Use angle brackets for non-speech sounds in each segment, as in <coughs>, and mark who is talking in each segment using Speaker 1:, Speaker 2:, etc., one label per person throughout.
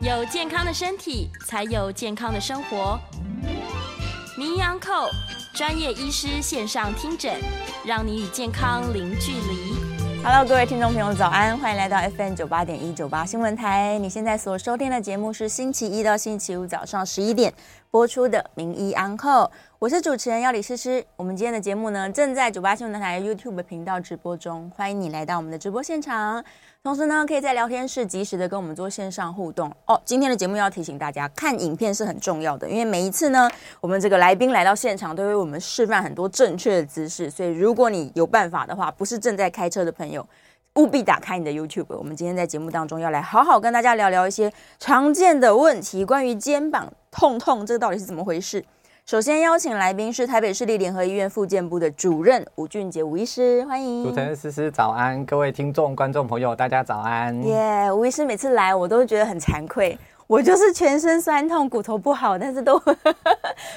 Speaker 1: 有健康的身体，才有健康的生活。名扬扣专业医师线上听诊，让你与健康零距离。
Speaker 2: Hello，各位听众朋友，早安！欢迎来到 FM 九八点一九八新闻台。你现在所收听的节目是星期一到星期五早上十一点播出的《名医安后》，我是主持人要李诗诗。我们今天的节目呢，正在九八新闻台 YouTube 频道直播中，欢迎你来到我们的直播现场。同时呢，可以在聊天室及时的跟我们做线上互动哦。今天的节目要提醒大家，看影片是很重要的，因为每一次呢，我们这个来宾来到现场都会为我们示范很多正确的姿势，所以如果你有办法的话，不是正在开车的朋友，务必打开你的 YouTube。我们今天在节目当中要来好好跟大家聊聊一些常见的问题，关于肩膀痛痛，这到底是怎么回事？首先邀请来宾是台北市立联合医院复健部的主任吴俊杰吴医师，欢迎。
Speaker 3: 主持人思思早安，各位听众观众朋友，大家早安。
Speaker 2: 耶吴医师每次来，我都觉得很惭愧，我就是全身酸痛、骨头不好，但是都 <laughs>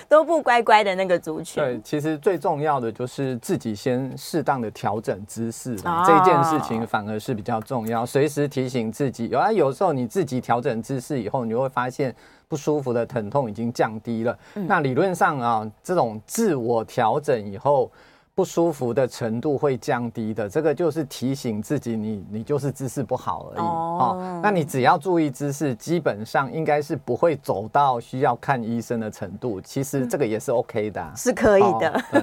Speaker 2: 都不乖乖的那个族群。
Speaker 3: 对，其实最重要的就是自己先适当的调整姿势
Speaker 2: 啊
Speaker 3: 啦，这件事情反而是比较重要。随时提醒自己，有啊，有时候你自己调整姿势以后，你会发现不舒服的疼痛已经降低了。
Speaker 2: 嗯
Speaker 3: 那理论上啊，这种自我调整以后。不舒服的程度会降低的，这个就是提醒自己你，你就是姿势不好而已
Speaker 2: 哦
Speaker 3: 哦。那你只要注意姿势，基本上应该是不会走到需要看医生的程度。其实
Speaker 2: 嗯
Speaker 3: 这个也是 OK 的啊、
Speaker 2: 是可以的，
Speaker 3: 哦
Speaker 2: <laughs>
Speaker 3: 对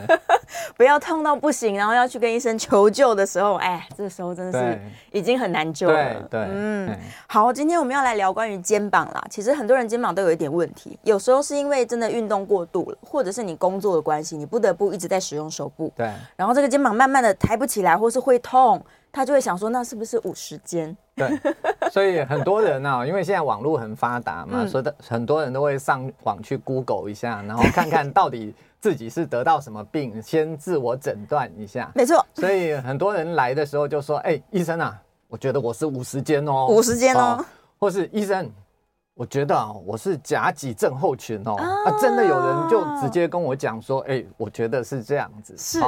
Speaker 2: 不要痛到不行，然后要去跟医生求救的时候，哎，这时候真的是
Speaker 3: 对
Speaker 2: 已经很难救
Speaker 3: 对
Speaker 2: 了。
Speaker 3: 对，嗯
Speaker 2: 嗯，，好，今天我们要来聊关于肩膀啦。其实很多人肩膀都有一点问题，有时候是因为真的运动过度了，或者是你工作的关系，你不得不一直在使用手部。
Speaker 3: <laughs> 对
Speaker 2: 然后这个肩膀慢慢的抬不起来，或是会痛，他就会想说，那是不是五十肩？
Speaker 3: 对，所以很多人啊，因为现在网络很发达
Speaker 2: 嗯
Speaker 3: 嘛，所以的很多人都会上网去 Google 一下，然后看看到底自己是得到什么病，先自我诊断一下。
Speaker 2: 没错，
Speaker 3: 所以很多人来的时候就说：“哎、医生啊，我觉得我是五十肩哦，
Speaker 2: 五十肩哦
Speaker 3: 或是医生，我觉得啊，我是夹脊症候群哦。啊，真的有人就直接跟我讲说：“哎、我觉得是这样子。”哦
Speaker 2: 是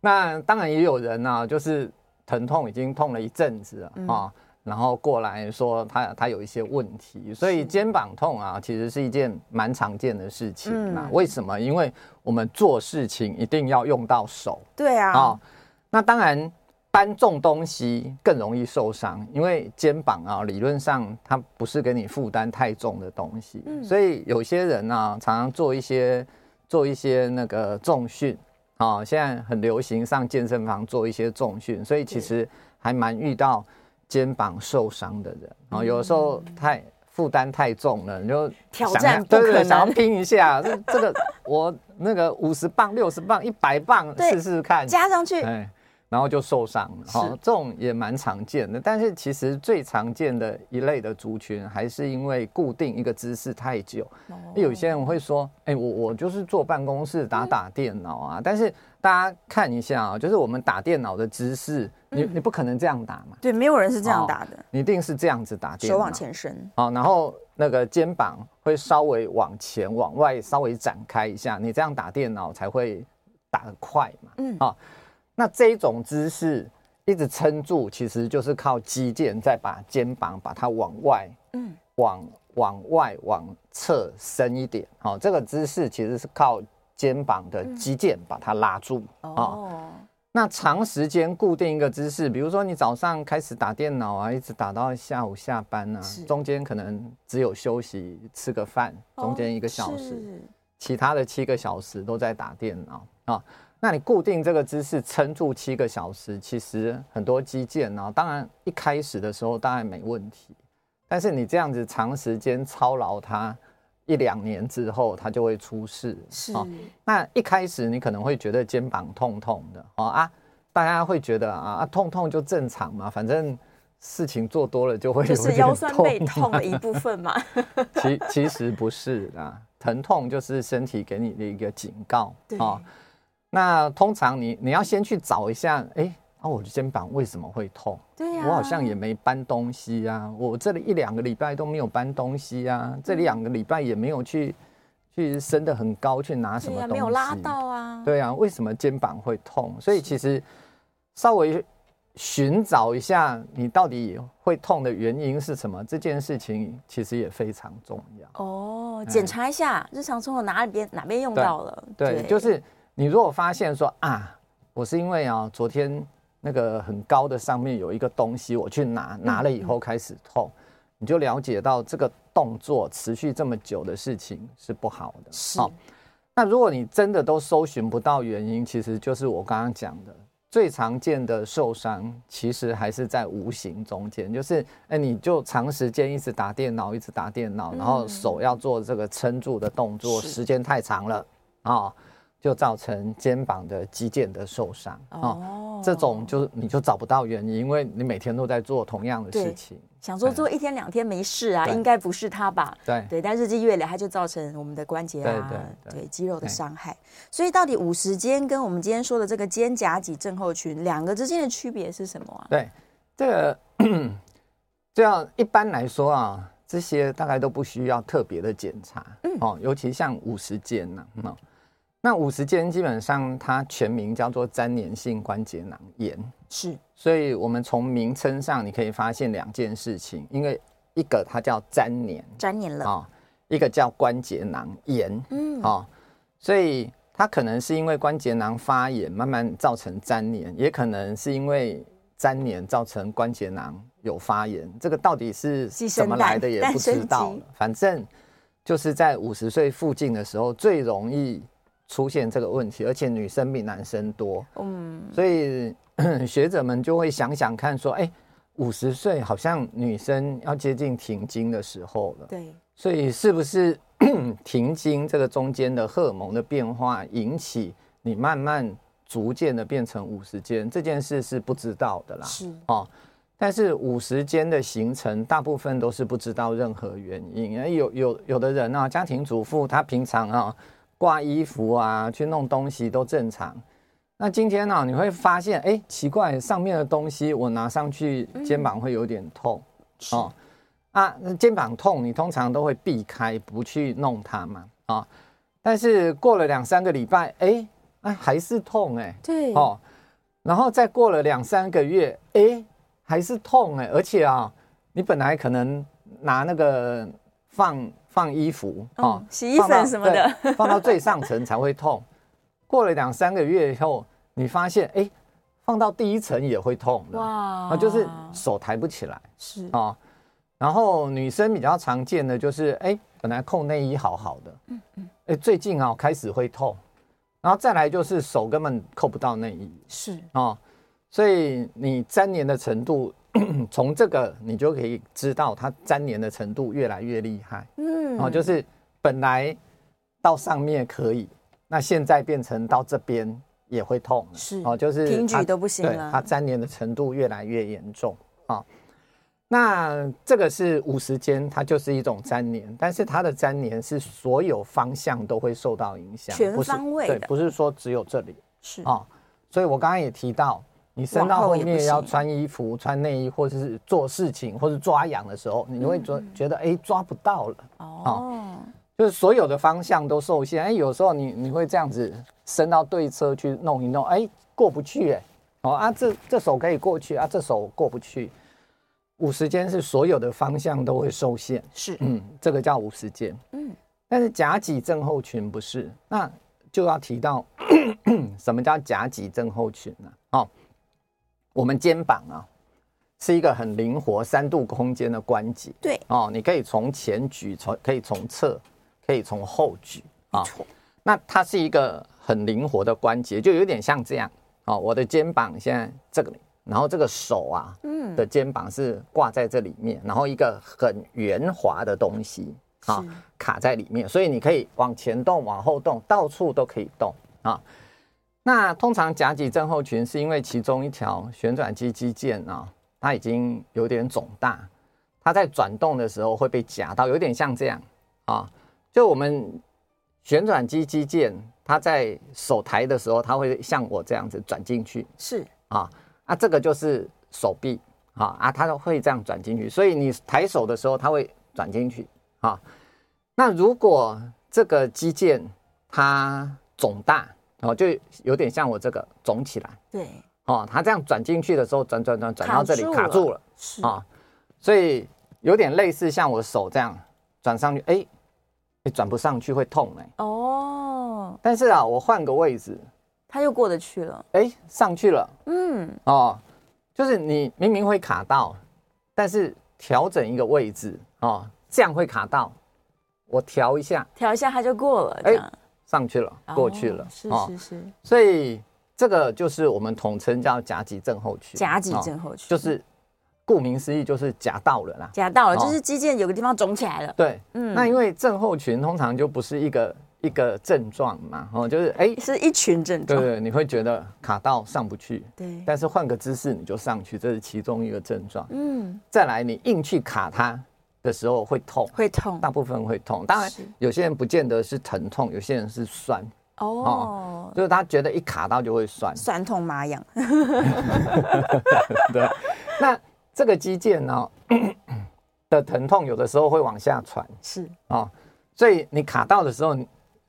Speaker 3: 那当然也有人啊，就是疼痛已经痛了一阵子了啊、
Speaker 2: 嗯
Speaker 3: 然后过来说他他有一些问题，所以肩膀痛啊，其实是一件蛮常见的事情啦。
Speaker 2: 嗯
Speaker 3: 为什么？因为我们做事情一定要用到手。
Speaker 2: 对啊，
Speaker 3: 哦，那当然搬重东西更容易受伤，因为肩膀啊，理论上它不是给你负担太重的东西，
Speaker 2: 嗯
Speaker 3: 所以有些人啊，常常做一些做一些那个重训。啊、现在很流行上健身房做一些重训，所以其实还蛮遇到肩膀受伤的人啊、
Speaker 2: 嗯
Speaker 3: 有的时候太负担太重了，你就
Speaker 2: 挑
Speaker 3: 想
Speaker 2: 战
Speaker 3: 要
Speaker 2: 不
Speaker 3: 对
Speaker 2: 可
Speaker 3: 对，想要
Speaker 2: 能
Speaker 3: 拼一下，这这个我那个五十磅、六十磅、一百磅
Speaker 2: 对
Speaker 3: 试试看，
Speaker 2: 加上去，
Speaker 3: 哎，然后就受伤了。哈、
Speaker 2: 是
Speaker 3: 这种也蛮常见的。但是其实最常见的一类的族群，还是因为固定一个姿势太久。
Speaker 2: 哦
Speaker 3: 有些人会说：“哎、我我就是坐办公室
Speaker 2: 嗯
Speaker 3: 打打电脑啊。但是大家看一下啊，就是我们打电脑的姿势，
Speaker 2: 嗯
Speaker 3: 你你不可能这样打嘛，
Speaker 2: 对，没有人是这
Speaker 3: 哦
Speaker 2: 样打的，
Speaker 3: 你一定是这样子打电脑，
Speaker 2: 手往前伸，
Speaker 3: 好，然后那个肩膀会稍微往前往外稍微展开一下，你这样打电脑才会打得快嘛。
Speaker 2: 嗯
Speaker 3: 好、那这一种姿势一直撑住，其实就是靠肌腱再把肩膀把它往外，
Speaker 2: 嗯
Speaker 3: 嗯，往往外往侧伸一点。好、这个姿势其实是靠肩膀的
Speaker 2: 嗯
Speaker 3: 肌腱把它拉住。哦
Speaker 2: 哦，
Speaker 3: 那长时间固定一个姿势，比如说你早上开始打电脑啊，一直打到下午下班啊
Speaker 2: 是，
Speaker 3: 中间可能只有休息吃个饭，中间一个小时，
Speaker 2: 哦是
Speaker 3: 其他的七个小时都在打电脑啊。那你固定这个姿势撑住七个小时，其实很多肌腱啊，当然一开始的时候当然没问题，但是你这样子长时间操劳它，一两年之后它就会出事。
Speaker 2: 是
Speaker 3: 啊那一开始你可能会觉得肩膀痛痛的哦啊，大家会觉得啊啊痛痛就正常嘛，反正事情做多了就会
Speaker 2: 就
Speaker 3: 有
Speaker 2: 是
Speaker 3: 一
Speaker 2: 腰
Speaker 3: 点啊
Speaker 2: 酸
Speaker 3: 痛
Speaker 2: 背痛的一部分嘛，
Speaker 3: 其 <laughs> 其实不是啦，疼痛就是身体给你的一个警告
Speaker 2: 对
Speaker 3: 哦。那通常你你要先去找一下，哎、啊我的肩膀为什么会痛？
Speaker 2: <laughs> 对啊呀，
Speaker 3: 我好像也没搬东西啊，我这里一两个礼拜都没有搬东西啊，这两个礼拜也没有去去升得很高去拿什
Speaker 2: 对啊
Speaker 3: 么
Speaker 2: 呀，
Speaker 3: 东西，
Speaker 2: 没有拉到啊，
Speaker 3: 对啊，为什么肩膀会痛？所以其实稍微寻找一下你到底会痛的原因是什么，这件事情其实也非常重要。哎
Speaker 2: 哦，检查一下日常生活哪边哪边用到了，
Speaker 3: 对，就是你如果发现说啊，我是因为啊昨天那个很高的上面有一个东西，我去拿拿了以
Speaker 2: 嗯
Speaker 3: 后开始痛，你就了解到这个动作持续这么久的事情是不好的。
Speaker 2: 是
Speaker 3: 那如果你真的都搜寻不到原因，其实就是我刚刚讲的。最常见的受伤，其实还是在无形中间，就是哎，你就长时间一直打电脑，一直打电脑，然后手要做这个撑住的动
Speaker 2: 嗯
Speaker 3: 作，
Speaker 2: 是
Speaker 3: 时间太长了啊、就造成肩膀的肌腱的受伤啊、
Speaker 2: 哦
Speaker 3: 这种就是你就找不到原因，因为你每天都在做同样的
Speaker 2: 对
Speaker 3: 事情。
Speaker 2: 想说做一天两天没事啊，
Speaker 3: 哎对
Speaker 2: 应该不是它吧？
Speaker 3: 对
Speaker 2: 对，但日积月累，它就造成我们的关节啊，
Speaker 3: 哎对对哎对
Speaker 2: 肌肉的
Speaker 3: 对
Speaker 2: 伤害。所以到底五十肩跟我们今天说的这个肩胛脊症候群两个之间的区别是什么啊？
Speaker 3: 对，这个这样一般来说啊，这些大概都不需要特别的检查，
Speaker 2: 嗯
Speaker 3: 哦，尤其像五十肩呐、嗯哦那五十肩基本上它全名叫做粘连性关节囊炎，
Speaker 2: 是
Speaker 3: 所以我们从名称上你可以发现两件事情，因为一个它叫粘连
Speaker 2: 粘黏了，
Speaker 3: 啊、哦，一个叫关节囊炎，
Speaker 2: 嗯，
Speaker 3: 哦，所以它可能是因为关节囊发炎，慢慢造成粘连，也可能是因为粘连造成关节囊有发炎，这个到底是
Speaker 2: 寄生
Speaker 3: 怎么来的
Speaker 2: 蛋
Speaker 3: 也
Speaker 2: 蛋
Speaker 3: 不
Speaker 2: 生
Speaker 3: 知道
Speaker 2: 鸡。
Speaker 3: 反正就是在五十岁附近的时候，最容易出现这个问题，而且女生比男生多，
Speaker 2: 嗯，
Speaker 3: 所以 <clears throat> 学者们就会想想看，说，哎、五十岁好像女生要接近停经的时候了，
Speaker 2: 对，
Speaker 3: 所以是不是 <clears throat> 停经这个中间的荷尔蒙的变化，引起你慢慢逐渐的变成五十肩这件事是不知道的啦。
Speaker 2: 是
Speaker 3: 哦，但是五十肩的形成，大部分都是不知道任何原因。呃有有有的人啊，家庭主妇她平常啊挂衣服啊去弄东西都正常。那今天呢、你会发现，哎，奇怪，上面的东西我拿上去肩膀会有点痛。
Speaker 2: 是
Speaker 3: 哦，啊，那肩膀痛，你通常都会避开不去弄它嘛，啊、但是过了两三个礼拜，哎、啊还是痛哎、
Speaker 2: 对，
Speaker 3: 哦，然后再过了两三个月，哎、还是痛哎、而且啊、你本来可能拿那个放放衣服啊、哦
Speaker 2: 嗯洗衣粉
Speaker 3: 放到
Speaker 2: 什么的
Speaker 3: 对放到最上层才会痛， <laughs> 过了两三个月以后，你发现哎、放到第一层也会痛了，
Speaker 2: 哇
Speaker 3: 啊，就是手抬不起来。
Speaker 2: 是
Speaker 3: 哦，然后女生比较常见的就是，哎，本来扣内衣好好的，嗯嗯，哎，最近啊、开始会痛，然后再来就是手根本扣不到内衣
Speaker 2: 是
Speaker 3: 哦，所以你粘连的程度， <clears throat> 从这个你就可以知道它粘连的程度越来越厉害，
Speaker 2: 嗯
Speaker 3: 哦，就是本来到上面可以，那现在变成到这边也会痛了，
Speaker 2: 是
Speaker 3: 哦，就是
Speaker 2: 平举
Speaker 3: 它
Speaker 2: 都不行
Speaker 3: 对，它
Speaker 2: 了，
Speaker 3: 粘连的程度越来越严重啊、那这个是五十肩，它就是一种粘连，但是它的粘连是所有方向都会受到影响，
Speaker 2: 全
Speaker 3: 不是
Speaker 2: 方位
Speaker 3: 对
Speaker 2: 的，
Speaker 3: 不是说只有这里
Speaker 2: 是
Speaker 3: 啊、所以我刚刚也提到，你伸到
Speaker 2: 往后
Speaker 3: 后
Speaker 2: 也不
Speaker 3: 面要
Speaker 2: 行
Speaker 3: 穿衣服、穿内衣，或者是做事情，或是抓痒的时候，你
Speaker 2: 嗯
Speaker 3: 会觉觉得哎、诶抓不到了。
Speaker 2: 哦，
Speaker 3: 就是所有的方向都受限。哎、有时候你你会这样子伸到对车去弄一弄，哎、过不去哎、哦啊，这这手可以过去啊，这手过不去。五十肩是所有的方向都会受限，
Speaker 2: 是
Speaker 3: 嗯，这个叫五十肩。
Speaker 2: 嗯
Speaker 3: 但是夹脊症候群不是，那就要提到 <coughs> 什么叫夹脊症候群呢、哦，我们肩膀啊是一个很灵活三度空间的关节，
Speaker 2: 对
Speaker 3: 哦，你可以从前举，从可以从侧，可以从后举啊、
Speaker 2: 错
Speaker 3: 那它是一个很灵活的关节，就有点像这样哦，我的肩膀现在这里，然后这个手啊
Speaker 2: 嗯
Speaker 3: 的肩膀是挂在这里面，然后一个很圆滑的东西啊
Speaker 2: 是
Speaker 3: 卡在里面，所以你可以往前动、往后动，到处都可以动啊。那通常夹脊症候群是因为其中一条旋转肌肌腱啊，它已经有点肿大，它在转动的时候会被夹到，有点像这样啊。就我们旋转肌肌腱，它在手抬的时候，它会像我这样子转进去，
Speaker 2: 是
Speaker 3: 啊啊，这个就是手臂啊啊，它都会这样转进去，所以你抬手的时候，它会转进去啊。那如果这个肌腱它肿大，哦，就有点像我这个肿起来，
Speaker 2: 对
Speaker 3: 哦，它这样转进去的时候，转转转转到这里
Speaker 2: 卡
Speaker 3: 卡
Speaker 2: 住
Speaker 3: 住了
Speaker 2: 是
Speaker 3: 啊、哦所以有点类似像我手这样转上去，哎，你转不上去会痛哎、
Speaker 2: 哦，
Speaker 3: 但是啊，我换个位置，
Speaker 2: 他又过得去了。
Speaker 3: 哎，上去了
Speaker 2: 嗯，
Speaker 3: 哦，就是你明明会卡到，但是调整一个位置哦，这样会卡到，我调一下
Speaker 2: 调一下他就过了，
Speaker 3: 哎
Speaker 2: 这样
Speaker 3: 上去了，过去了
Speaker 2: 哦，是
Speaker 3: 哦
Speaker 2: 是是，
Speaker 3: 所以这个就是我们统称叫夹脊症候群。
Speaker 2: 夹脊
Speaker 3: 哦
Speaker 2: 症候群
Speaker 3: 就是顾名思义，就是夹到了啦。
Speaker 2: 夹到了，
Speaker 3: 哦
Speaker 2: 就是肌腱有个地方肿起来了。
Speaker 3: 对，
Speaker 2: 嗯
Speaker 3: 那因为症候群通常就不是一个一个症状嘛，哦，就是哎，
Speaker 2: 是一群症
Speaker 3: 对
Speaker 2: 状。
Speaker 3: 对，你会觉得卡到上不去，
Speaker 2: 对，
Speaker 3: 但是换个姿势你就上去，这是其中一个症状。
Speaker 2: 嗯，
Speaker 3: 再来，你硬去卡它的时候会痛，
Speaker 2: 会痛
Speaker 3: 大部分会痛。当然
Speaker 2: 是，
Speaker 3: 有些人不见得是疼痛，有些人是酸，
Speaker 2: 哦，
Speaker 3: 就是他觉得一卡到就会酸。
Speaker 2: 酸痛麻痒。 <laughs>
Speaker 3: 对，那这个肌腱呢、 <clears throat> 的疼痛有的时候会往下传
Speaker 2: 是，
Speaker 3: 啊、哦，所以你卡到的时候，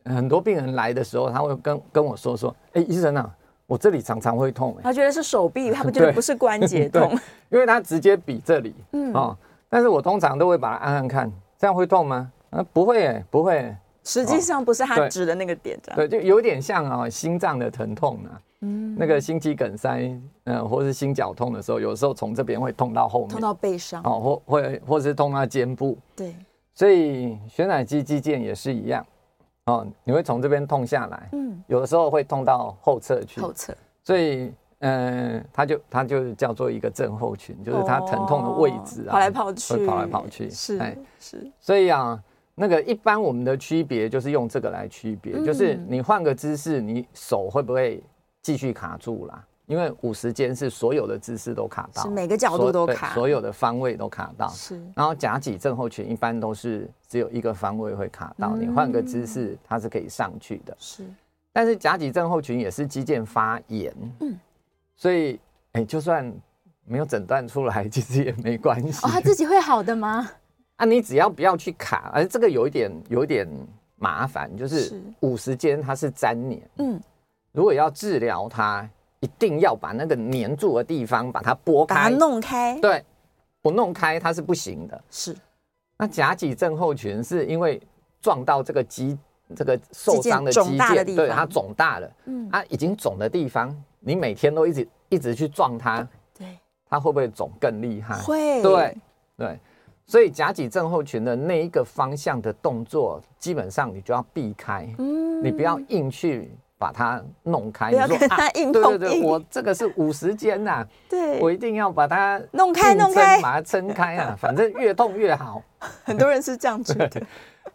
Speaker 3: 很多病人来的时候，他会跟跟我说说，哎，医生啊，我这里常常会痛、哎，
Speaker 2: 他觉得是手臂，
Speaker 3: <laughs>
Speaker 2: 他不觉得
Speaker 3: 对
Speaker 2: 不是关节痛
Speaker 3: <laughs> 对。因为他直接比这里，
Speaker 2: 嗯
Speaker 3: 哦，但是我通常都会把它按按看，这样会痛吗？啊，不会、哎，不会、哎
Speaker 2: 实际上不是他
Speaker 3: 对
Speaker 2: 指的那个点，这样。
Speaker 3: 对，就有点像啊、心脏的疼痛啊，
Speaker 2: 嗯
Speaker 3: 那个心肌梗塞，嗯、或是心绞痛的时候，有时候从这边会痛到后面
Speaker 2: 痛，到背上。
Speaker 3: 哦，或会或是痛到肩部，
Speaker 2: 对，
Speaker 3: 所以旋奶肌肌腱也是一样哦，你会从这边痛下来，
Speaker 2: 嗯，
Speaker 3: 有的时候会痛到后侧去，
Speaker 2: 后侧。
Speaker 3: 所以嗯、呃它就它就叫做一个症候群，就是它疼痛的位置
Speaker 2: 哦
Speaker 3: 啊，
Speaker 2: 跑来跑去，
Speaker 3: 会跑来跑去，哎
Speaker 2: 是、是，
Speaker 3: 所以啊。那个一般我们的区别就是用这个来区别，
Speaker 2: 嗯
Speaker 3: 就是你换个姿势，你手会不会继续卡住啦？因为五十肩是所有的姿势都卡到，
Speaker 2: 是每个角度都
Speaker 3: 所对
Speaker 2: 卡
Speaker 3: 所有的方位都卡到，
Speaker 2: 是
Speaker 3: 然后夹脊症候群一般都是只有一个方位会卡到，你换个姿
Speaker 2: 嗯
Speaker 3: 势它是可以上去的。
Speaker 2: 是，
Speaker 3: 但是夹脊症候群也是肌腱发炎，
Speaker 2: 嗯
Speaker 3: 所以哎、就算没有诊断出来，其实也没关系、
Speaker 2: 哦，他自己会好的吗？
Speaker 3: 啊。你只要不要去卡，而、这个有一点有一点麻烦，就是
Speaker 2: 是
Speaker 3: 五十肩它是粘黏，
Speaker 2: 嗯，
Speaker 3: 如果要治疗它，一定要把那个粘住的地方把它拨
Speaker 2: 把它
Speaker 3: 开，
Speaker 2: 弄开，
Speaker 3: 对，不弄开它是不行的。
Speaker 2: 是
Speaker 3: 那夹脊症候群是因为撞到这个肌这个受伤的
Speaker 2: 肌腱
Speaker 3: 肌
Speaker 2: 肿大的地
Speaker 3: 腱，对
Speaker 2: 方
Speaker 3: 它肿大了，
Speaker 2: 嗯
Speaker 3: 它已经肿的地方，你每天都一直一直去撞它，
Speaker 2: 对，
Speaker 3: 它会不会肿更厉害？
Speaker 2: 会，
Speaker 3: 哎对，对，所以夹脊症候群的那一个方向的动作，基本上你就要避开，
Speaker 2: 嗯
Speaker 3: 你不要硬去把它弄开，
Speaker 2: 不要
Speaker 3: 你说
Speaker 2: 跟
Speaker 3: 啊
Speaker 2: 它硬
Speaker 3: 对对
Speaker 2: 碰
Speaker 3: 对，
Speaker 2: 硬
Speaker 3: 我这个是五十肩呐、
Speaker 2: <laughs> 对
Speaker 3: 我一定要把它
Speaker 2: 弄开
Speaker 3: 硬
Speaker 2: 弄
Speaker 3: 撑
Speaker 2: 开
Speaker 3: 把它撑开啊，反正越痛越好。
Speaker 2: 很多人是这样
Speaker 3: <laughs>
Speaker 2: 觉得，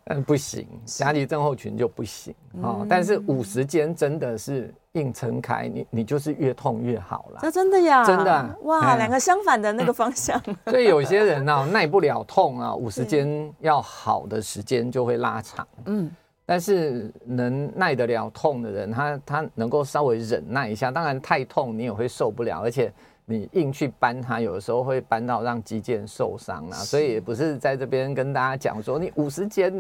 Speaker 3: 嗯，不行，夹脊症候群就不行
Speaker 2: 嗯
Speaker 3: 哦。但是五十肩真的是硬撑开，你你就是越痛越好啦
Speaker 2: <laughs> 这。真的呀，
Speaker 3: 真的啊
Speaker 2: 哇，
Speaker 3: 嗯
Speaker 2: 两个相反的那个方向，
Speaker 3: 所以有些人呢、耐不了痛啊，五十肩要好的时间就会拉长。
Speaker 2: 嗯，
Speaker 3: 但是能耐得了痛的人，他他能够稍微忍耐一下。当然太痛你也会受不了，而且你硬去搬它，有的时候会搬到让肌腱受伤啊。所以也不是在这边跟大家讲说你五十肩，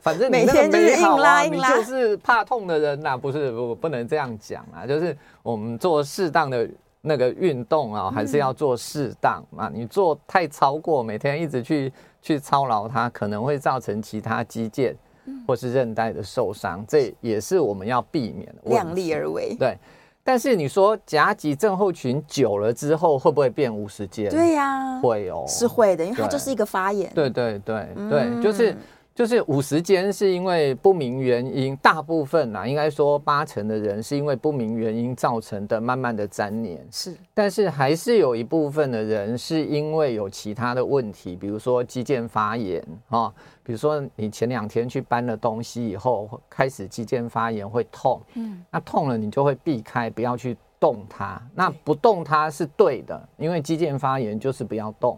Speaker 3: 反正你那个
Speaker 2: 每天就是
Speaker 3: 没好
Speaker 2: 硬
Speaker 3: 啊，
Speaker 2: 拉
Speaker 3: 你
Speaker 2: 硬拉
Speaker 3: 就是怕痛的人呐、不是不不能这样讲啊，就是我们做适当的。那个运动
Speaker 2: 嗯
Speaker 3: 啊，还是要做适当嘛。你做太超过，每天一直去去操劳它，可能会造成其他肌腱或是韧带的受伤，这也是 <laughs> 我们要避免的问题。
Speaker 2: 量力而为，
Speaker 3: 对，但是你说夹脊症候群久了之后会不会变五十肩？
Speaker 2: 对，呀，
Speaker 3: 会哦，
Speaker 2: 是。会的，因为它
Speaker 3: 对
Speaker 2: 就是一个发炎，
Speaker 3: 对对对
Speaker 2: 嗯
Speaker 3: 对，就是就是五十肩是因为不明原因，大部分啊，应该说八成的人是因为不明原因造成的慢慢的粘连，
Speaker 2: 是
Speaker 3: 但是还是有一部分的人是因为有其他的问题，比如说肌腱发炎啊、哦比如说你前两天去搬了东西以后，开始肌腱发炎会痛，
Speaker 2: 嗯，
Speaker 3: 那痛了你就会避开，不要去动它。那不动它是对的，因为肌腱发炎就是不要动，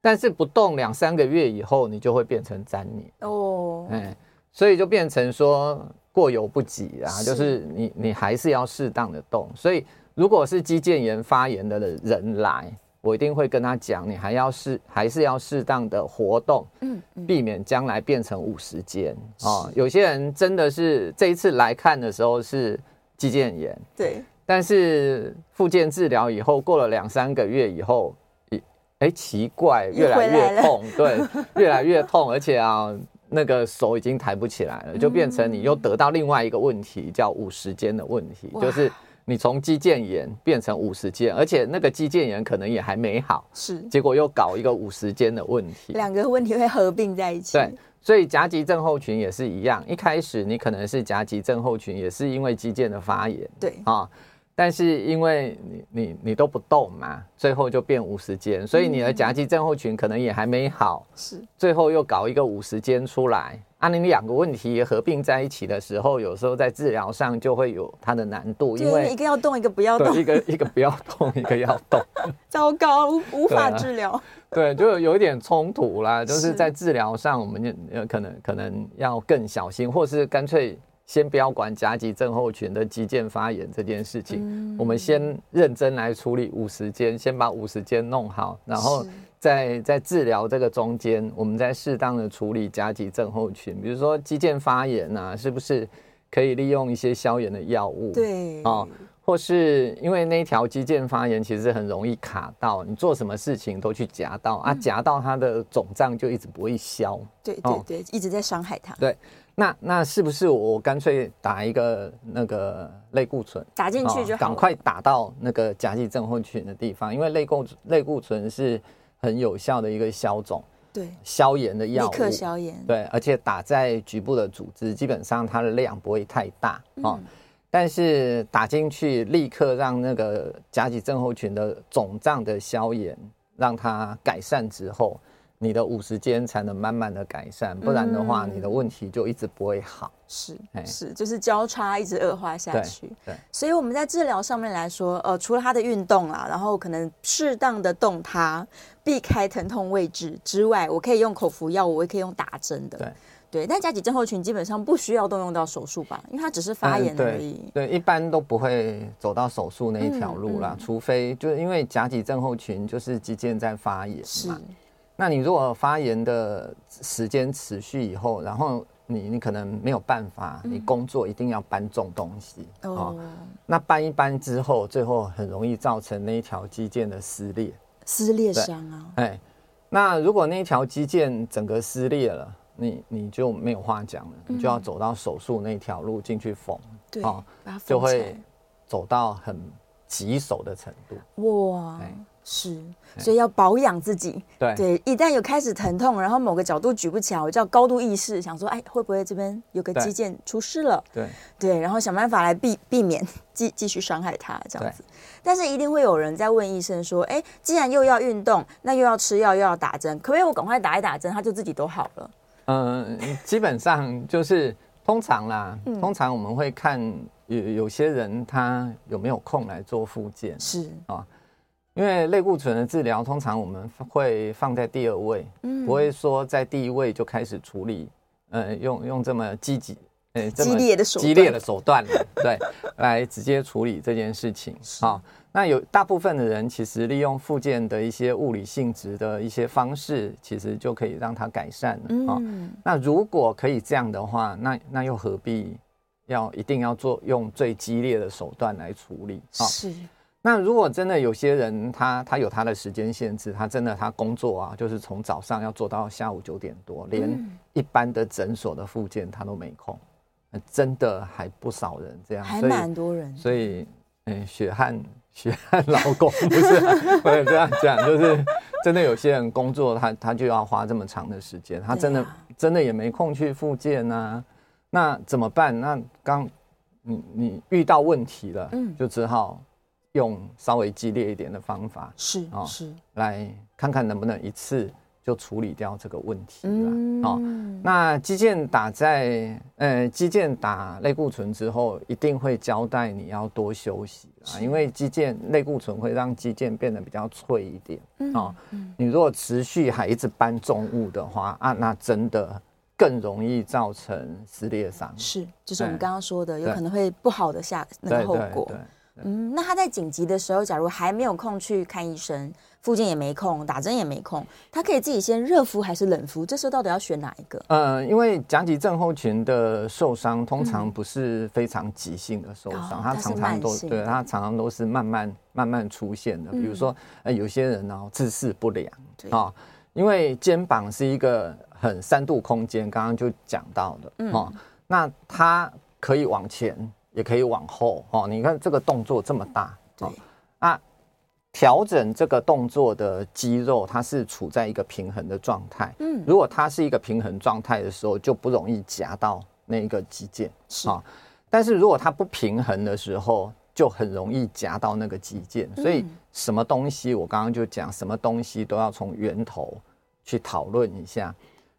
Speaker 3: 但是不动两三个月以后，你就会变成粘连。
Speaker 2: 哦，
Speaker 3: 哎，所以就变成说过犹不及啊，
Speaker 2: 是
Speaker 3: 就是你你还是要适当的动。所以如果是肌腱炎发炎的人来，我一定会跟他讲，你还要适还是要适当的活动，
Speaker 2: 嗯
Speaker 3: 避免将来变成五十肩哦。有些人真的是这一次来看的时候是肌腱炎，
Speaker 2: 对，
Speaker 3: 但是复健治疗以后，过了两三个月以后，咦哎，奇怪，
Speaker 2: 又
Speaker 3: 越
Speaker 2: 回
Speaker 3: 来
Speaker 2: 来了
Speaker 3: 越痛，
Speaker 2: <laughs>
Speaker 3: 对，越来越痛，而且啊，那个手已经抬不起来了，就变成你又得到另外一个问题，叫五十肩的问题，
Speaker 2: 嗯哇
Speaker 3: 就是你从肌腱炎变成五十肩，而且那个肌腱炎可能也还没好，
Speaker 2: 是
Speaker 3: 结果又搞一个五十肩的问题，
Speaker 2: 两个问题会合并在一起。
Speaker 3: 对，，所以夹脊症候群也是一样，一开始你可能是夹脊症候群，也是因为肌腱的发炎，
Speaker 2: 对
Speaker 3: 啊，但是因为你你你都不动嘛，最后就变五十肩，所以你的夹脊症候群可能也还没好，
Speaker 2: 是
Speaker 3: 最后又搞一个五十肩出来。啊，你两个问题合并在一起的时候，有时候在治疗上就会有它的难度，因
Speaker 2: 对，一
Speaker 3: 为
Speaker 2: 个要动，一个不要
Speaker 3: 对
Speaker 2: 动
Speaker 3: 一，个一个不要动，一个要动。
Speaker 2: 糟糕，无无法
Speaker 3: 对啊
Speaker 2: 治疗。 <laughs>
Speaker 3: 对，就有一点冲突啦，就是
Speaker 2: 是
Speaker 3: 在治疗上，我们就呃可能可能要更小心，或是干脆先不要管夹脊症候群的肌腱发炎这件事情，
Speaker 2: 嗯
Speaker 3: 我们先认真来处理五十肩，先把五十肩弄好，然后
Speaker 2: 是
Speaker 3: 在在治疗这个中间，我们再适当的处理夹脊症候群，比如说肌腱发炎啊，是不是可以利用一些消炎的药物？。
Speaker 2: 对，
Speaker 3: 哦，或是因为那一条肌腱发炎，其实很容易卡到，你做什么事情都去夹到
Speaker 2: 嗯
Speaker 3: 啊，夹到它的肿胀就一直不会消。
Speaker 2: 对对
Speaker 3: 哦
Speaker 2: 对，一直在伤害他，
Speaker 3: 对，那那是不是我干脆打一个那个类固醇？
Speaker 2: 打进去就
Speaker 3: 哦
Speaker 2: 好了
Speaker 3: 赶快打到那个夹脊症候群的地方，因为类固类固醇是很有效的一个消肿、
Speaker 2: 对，
Speaker 3: 消炎的药
Speaker 2: 立
Speaker 3: 物，
Speaker 2: 刻消炎。
Speaker 3: 对，而且打在局部的组织，基本上它的量不会太大
Speaker 2: 嗯
Speaker 3: 哦。但是打进去，立刻让那个夹脊症候群的肿胀的消炎，让它改善之后，你的五十肩才能慢慢的改善，不然的
Speaker 2: 嗯
Speaker 3: 话，你的问题就一直不会好。
Speaker 2: 是
Speaker 3: 哎
Speaker 2: 是，就是交叉一直恶化下
Speaker 3: 对
Speaker 2: 去。
Speaker 3: 对
Speaker 2: 所以我们在治疗上面来说，呃，除了他的运动啦，然后可能适当的动它，避开疼痛位置之外，我可以用口服药，我也可以用打针的。
Speaker 3: 对
Speaker 2: 对，但夹脊症候群基本上不需要动用到手术吧，因为它只是发炎
Speaker 3: 嗯
Speaker 2: 而已。
Speaker 3: 对。对，一般都不会走到手术那一条路
Speaker 2: 嗯
Speaker 3: 啦，
Speaker 2: 嗯
Speaker 3: 除非就是因为夹脊症候群就是肌腱在发炎
Speaker 2: 是
Speaker 3: 嘛。那你如果发炎的时间持续以后，然后你你可能没有办法，你工作一定要搬重东西、
Speaker 2: 嗯哦
Speaker 3: 哦。，那搬一搬之后，最后很容易造成那一条肌腱的撕裂。
Speaker 2: 撕裂伤啊，
Speaker 3: 哎，那如果那一条肌腱整个撕裂了，你你就没有话讲了，你
Speaker 2: 嗯
Speaker 3: 就要走到手术那条路进去缝，
Speaker 2: 对，
Speaker 3: 哦
Speaker 2: 把它
Speaker 3: 就
Speaker 2: 缝起来
Speaker 3: 会走到很棘手的程度。
Speaker 2: 哇
Speaker 3: 哎，
Speaker 2: 是，所以要保养自己。
Speaker 3: 对
Speaker 2: 哦对，一旦有开始疼痛，然后某个角度举不起来，我就要高度意识，想说，哎，会不会这边有个
Speaker 3: 对
Speaker 2: 肌腱出事了？
Speaker 3: 对
Speaker 2: 对，然后想办法来避避免继继续伤害它这样
Speaker 3: 对
Speaker 2: 子。但是一定会有人在问医生说，哎，既然又要运动，那又要吃药，又要打针，可不可以我赶快打一打针，它就自己都好了？
Speaker 3: 嗯，基本上就是通常啦，
Speaker 2: 嗯
Speaker 3: 通常我们会看有有些人他有没有空来做复健，
Speaker 2: 是，
Speaker 3: 啊因为类固醇的治疗通常我们会放在第二位，
Speaker 2: 嗯
Speaker 3: 不会说在第一位就开始处理，呃，用用这么积极。呃这么
Speaker 2: 激烈的手段
Speaker 3: 激烈的手段了，对，来直接处理这件事情。好、那有大部分的人其实利用附件的一些物理性质的一些方式，其实就可以让它改善了。哦
Speaker 2: 嗯，
Speaker 3: 那如果可以这样的话，那那又何必要一定要做用最激烈的手段来处理？啊好、
Speaker 2: 是，
Speaker 3: 那如果真的有些人他他有他的时间限制，他真的他工作啊，就是从早上要做到下午九点多，连
Speaker 2: 嗯
Speaker 3: 一般的诊所的复健他都没空，呃真的还不少人这样，
Speaker 2: 还
Speaker 3: 所以
Speaker 2: 蛮多人。
Speaker 3: 所以，嗯，血汗血汗劳工不是啊、不能这样讲，就是真的有些人工作他他就要花这么长的时间，他
Speaker 2: 对
Speaker 3: 真的、
Speaker 2: 啊
Speaker 3: 真的也没空去复健啊，那怎么办？那刚你你遇到问题了，
Speaker 2: 嗯
Speaker 3: 就只好用稍微激烈一点的方法
Speaker 2: 是
Speaker 3: 哦
Speaker 2: 是，
Speaker 3: 来看看能不能一次就处理掉这个问题了，
Speaker 2: 嗯，
Speaker 3: 哦。那肌腱打在呃肌腱打类固醇之后，一定会交代你要多休息啊，因为肌腱类固醇会让肌腱变得比较脆一点
Speaker 2: 嗯
Speaker 3: 哦。你如果持续还一直搬重物的话啊，那真的更容易造成撕裂伤。
Speaker 2: 是，就是我们
Speaker 3: 对
Speaker 2: 刚刚说的，有
Speaker 3: 对
Speaker 2: 可能会不好的下那个后
Speaker 3: 对
Speaker 2: 果。
Speaker 3: 对
Speaker 2: 嗯，那他在紧急的时候，假如还没有空去看医生，附近也没空，打针也没空，他可以自己先热敷还是冷敷？这时候到底要选哪一个？
Speaker 3: 呃，因为夹脊症候群的受伤通常不是非常急性的受伤，
Speaker 2: 嗯哦
Speaker 3: 它
Speaker 2: 它是
Speaker 3: 常常
Speaker 2: 慢
Speaker 3: 都
Speaker 2: 性
Speaker 3: 对
Speaker 2: 的嗯
Speaker 3: 它常常都是慢慢慢慢出现的。比如说，呃，有些人呢姿势不良
Speaker 2: 对
Speaker 3: 啊、因为肩膀是一个很三度空间，刚刚就讲到
Speaker 2: 嗯
Speaker 3: 的哦，那它可以往前，也可以往后哦。你看这个动作这么大，
Speaker 2: 对，
Speaker 3: 啊，调整这个动作的肌肉，它是处在一个平衡的状态。
Speaker 2: 嗯
Speaker 3: 如果它是一个平衡状态的时候，就不容易夹到那一个肌腱。
Speaker 2: 是
Speaker 3: 啊但是如果它不平衡的时候，就很容易夹到那个肌腱。所以
Speaker 2: 嗯
Speaker 3: 什么东西，我刚刚就讲，什么东西都要从源头去讨论一下。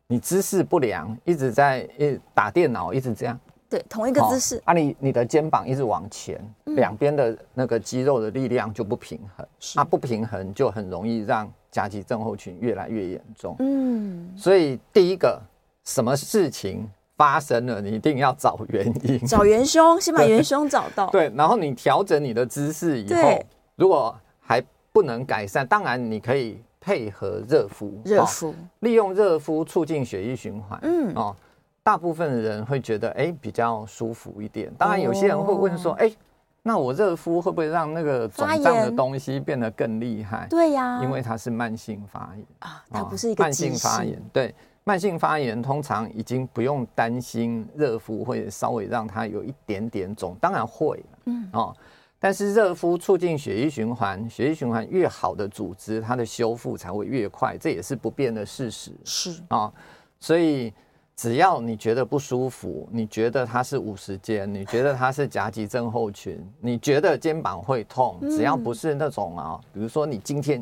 Speaker 3: 你姿势不良，一直在一打电脑，一直这样，
Speaker 2: 对，同一个嗯姿势、嗯
Speaker 3: 哦啊你，你的肩膀一直往前，两边的那个肌肉的力量就不平衡，
Speaker 2: 是
Speaker 3: 那、不平衡就很容易让夹脊症候群越来越严重。
Speaker 2: 嗯，
Speaker 3: 所以第一个，什么事情发生了，你一定要找原因。
Speaker 2: 找元凶，先把元凶找到。
Speaker 3: 对，然后你调整你的姿势以后
Speaker 2: 对，
Speaker 3: 如果还不能改善，当然你可以配合热敷，
Speaker 2: 热
Speaker 3: 哦
Speaker 2: 敷，
Speaker 3: 利用热敷促进血液循环。
Speaker 2: 嗯
Speaker 3: 哦，大部分人会觉得哎、比较舒服一点。当然，有些人会问说，
Speaker 2: 哦
Speaker 3: 哎、那我热敷会不会让那个肿
Speaker 2: 发
Speaker 3: 胀的
Speaker 2: 炎
Speaker 3: 东西变得更厉害？
Speaker 2: 对啊呀、
Speaker 3: 因为它是慢性发炎，
Speaker 2: 啊，它
Speaker 3: 哦
Speaker 2: 不是一个
Speaker 3: 慢性
Speaker 2: 急
Speaker 3: 发炎。对，慢性发炎通常已经不用担心热敷会稍微让它有一点点肿，当然会了。嗯哦。但是热敷促进血液循环，血液循环越好的组织，它的修复才会越快，这也是不变的事实。
Speaker 2: 是
Speaker 3: 啊、所以只要你觉得不舒服，你觉得它是五十肩，你觉得它是夹脊症候群，你觉得肩膀会痛，
Speaker 2: 嗯
Speaker 3: 只要不是那种啊，比如说你今天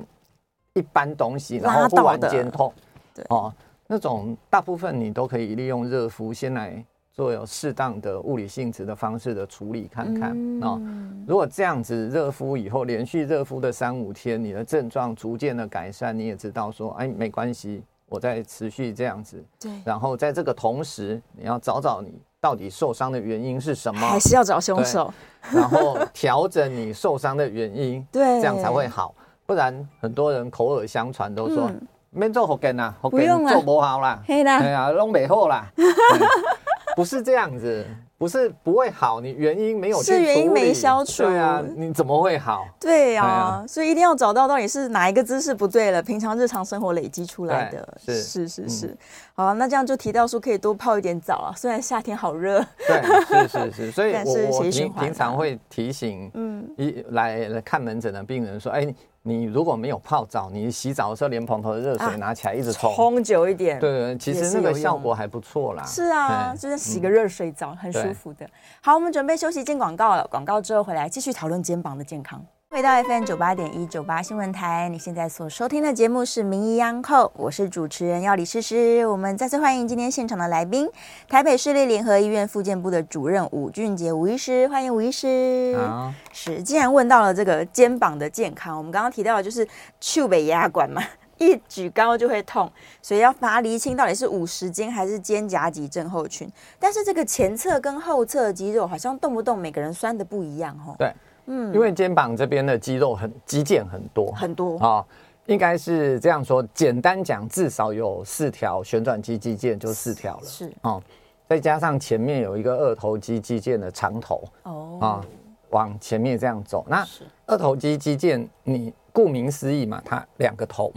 Speaker 3: 一搬东西，然后
Speaker 2: 拉
Speaker 3: 忽
Speaker 2: 到
Speaker 3: 然
Speaker 2: 的
Speaker 3: 间痛，
Speaker 2: 对
Speaker 3: 哦，那种大部分你都可以利用热敷先来做有适当的物理性质的方式的处理看看、
Speaker 2: 嗯
Speaker 3: 哦。如果这样子热敷以后，连续热敷的三五天，你的症状逐渐的改善，你也知道说，哎，没关系，我在持续这样子。
Speaker 2: 对，
Speaker 3: 然后在这个同时，你要找找你到底受伤的原因是什么
Speaker 2: 还，是要找凶手。
Speaker 3: 然后调整你受伤的原因，
Speaker 2: 对，
Speaker 3: 这样才会好。不然很多人口耳相传都说
Speaker 2: 嗯，
Speaker 3: 没做好根啦，好
Speaker 2: 不用
Speaker 3: 根
Speaker 2: 啦
Speaker 3: 做不好啦，
Speaker 2: 嘿啦
Speaker 3: 哎呀，弄没
Speaker 2: <laughs>
Speaker 3: 后啦，嗯不是这样子，不是不会好，你原因没有去
Speaker 2: 是原因
Speaker 3: 处理
Speaker 2: 没消除
Speaker 3: 对啊，你怎么会好？
Speaker 2: 对呀、
Speaker 3: 哎
Speaker 2: 所以一定要找到到底是哪一个姿势不对了，平常日常生活累积出来的。
Speaker 3: 对
Speaker 2: 是
Speaker 3: 是
Speaker 2: 是是好、那这样就提到说可以多泡一点澡啊，虽然夏天好热。
Speaker 3: <laughs> 对，是是是，所以
Speaker 2: 但是
Speaker 3: 我我
Speaker 2: 血液循
Speaker 3: 平
Speaker 2: 环
Speaker 3: 平
Speaker 2: 嘛
Speaker 3: 常会提醒，
Speaker 2: 嗯
Speaker 3: 嗯，一来来看门诊的病人说，哎，你如果没有泡澡，你洗澡的时候连蓬头的热
Speaker 2: 啊
Speaker 3: 水拿起来一
Speaker 2: <laughs>
Speaker 3: 直冲，
Speaker 2: 冲久一点。
Speaker 3: 对对，其
Speaker 2: 也
Speaker 3: 实
Speaker 2: 是
Speaker 3: 那个
Speaker 2: 有
Speaker 3: 效
Speaker 2: 用
Speaker 3: 果还不错啦。
Speaker 2: 是啊，
Speaker 3: 哎
Speaker 2: 就是洗个热水澡，很舒
Speaker 3: 对
Speaker 2: 服的。好，我们准备休息进广告了，广告之后回来继续讨论肩膀的健康。回到 FM 九八点一九八新闻台，你现在所收听的节目是《名医央叩》，我是主持人要李诗诗。我们再次欢迎今天现场的来宾，台北市立联合医院复健部的主任伍俊杰吴医师，欢迎吴医师。
Speaker 3: 好，
Speaker 2: 是，既然问到了这个肩膀的健康，我们刚刚提到的就是丘北压管嘛，一举高就会痛，所以要把它厘清到底是五十肩还是肩胛肌症候群。但是这个前侧跟后侧肌肉好像动不动每个人酸的不一样哦，
Speaker 3: 对，因为肩膀这边的肌肉很肌腱很多，
Speaker 2: 很多
Speaker 3: 啊、应该是这样说，简单讲，至少有四条旋转肌肌腱，就四条了。
Speaker 2: 是
Speaker 3: 哦，再加上前面有一个二头肌肌腱的长头
Speaker 2: 哦，
Speaker 3: 啊、往前面这样走。那
Speaker 2: 是
Speaker 3: 二头肌肌腱，你顾名思义嘛，它两个头，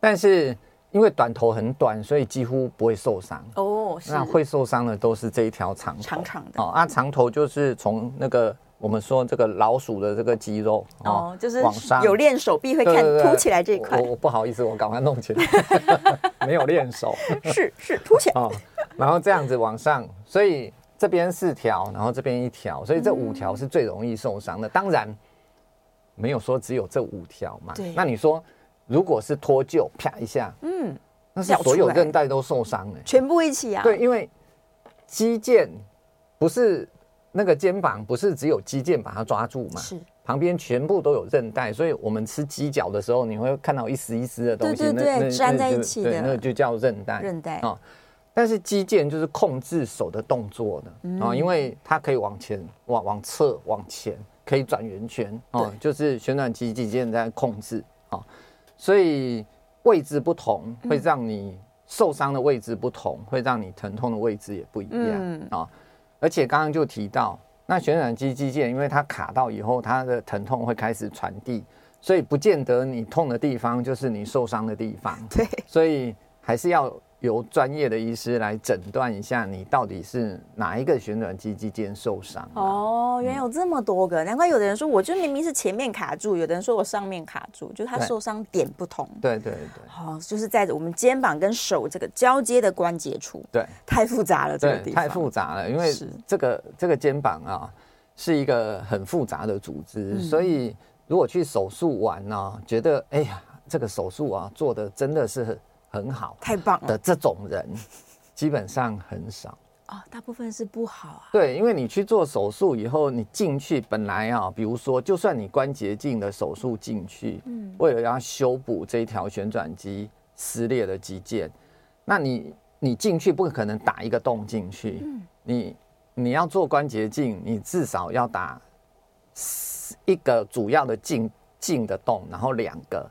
Speaker 3: 但是因为短头很短，所以几乎不会受伤。
Speaker 2: 哦，是
Speaker 3: 那会受伤的都是这一条长头
Speaker 2: 长长的
Speaker 3: 哦，啊，长头就是从那个我们说这个老鼠的这个肌肉
Speaker 2: 哦，就是
Speaker 3: 往上
Speaker 2: 有练手臂会看
Speaker 3: 对对对
Speaker 2: 凸起来这一块
Speaker 3: 我，我不好意思，我赶快
Speaker 2: <laughs>
Speaker 3: 弄起来，没有练手
Speaker 2: 是是凸起来，
Speaker 3: 哦。然后这样子往上，所以这边四条，然后这边一条，所以这五条是最容易受伤的。当然，没有说只有这五条嘛
Speaker 2: 对。
Speaker 3: 那你说，如果是脱臼，啪一下，
Speaker 2: 嗯，
Speaker 3: 那是
Speaker 2: 掉出
Speaker 3: 所有
Speaker 2: 来
Speaker 3: 韧带都受伤哎、
Speaker 2: 全部一起啊，
Speaker 3: 对，，因为肌腱不是那个肩膀，不是只有肌腱把它抓住嘛，
Speaker 2: 是
Speaker 3: 旁边全部都有韧带，所以我们吃鸡脚的时候，你会看到一丝一丝的东西，
Speaker 2: 对对
Speaker 3: 那
Speaker 2: 对
Speaker 3: 那
Speaker 2: 粘
Speaker 3: 那
Speaker 2: 在
Speaker 3: 就
Speaker 2: 一起
Speaker 3: 对
Speaker 2: 的
Speaker 3: 那个就叫韧带。
Speaker 2: 韧带
Speaker 3: 啊，但是肌腱就是
Speaker 2: 嗯
Speaker 3: 哦控制手的动作的啊、因为它可以往前、往往侧、往前，可以转圆圈哦
Speaker 2: 对，
Speaker 3: 就是旋转肌肌腱在控制哦，所以位置不同
Speaker 2: 嗯
Speaker 3: 会让你受伤的位置不同，会让你疼痛的位置也不一样啊、
Speaker 2: 嗯
Speaker 3: 哦。而且刚刚就提到，那旋转肌肌腱因为它卡到以后，它的疼痛会开始传递，所以不见得你痛的地方就是你受伤的地方。
Speaker 2: <laughs> 对，
Speaker 3: 所以还是要由专业的医师来诊断一下，你到底是哪一个旋转肌肌腱受伤、哦，
Speaker 2: 哦，原来有这么多个，难怪有的人说，我就明明是前面卡住，有的人说我上面卡住，就是他
Speaker 3: 对
Speaker 2: 受伤点不同。
Speaker 3: 对对对
Speaker 2: 好、就是在我们肩膀跟手这个交接的关节处，
Speaker 3: 对
Speaker 2: 太复杂了，这个
Speaker 3: 对，
Speaker 2: 地方
Speaker 3: 太复杂了，因为
Speaker 2: 是
Speaker 3: 这个这个肩膀啊是一个很复杂的组
Speaker 2: 嗯
Speaker 3: 织，所以如果去手术完呢、觉得哎呀这个手术啊做的真的是很很好
Speaker 2: 太棒了
Speaker 3: 的这种人，基本上很少。
Speaker 2: 哦，大部分是不好啊，
Speaker 3: 对，因为你去做手术以后，你进去本来啊，比如说，就算你关节镜的手术进去，嗯，为了要修补这一条旋转肌撕裂的肌腱，那你你进去不可能打一个洞进去，
Speaker 2: 嗯
Speaker 3: 你你要做关节镜，你至少要打一个主要的镜镜的洞，然后两个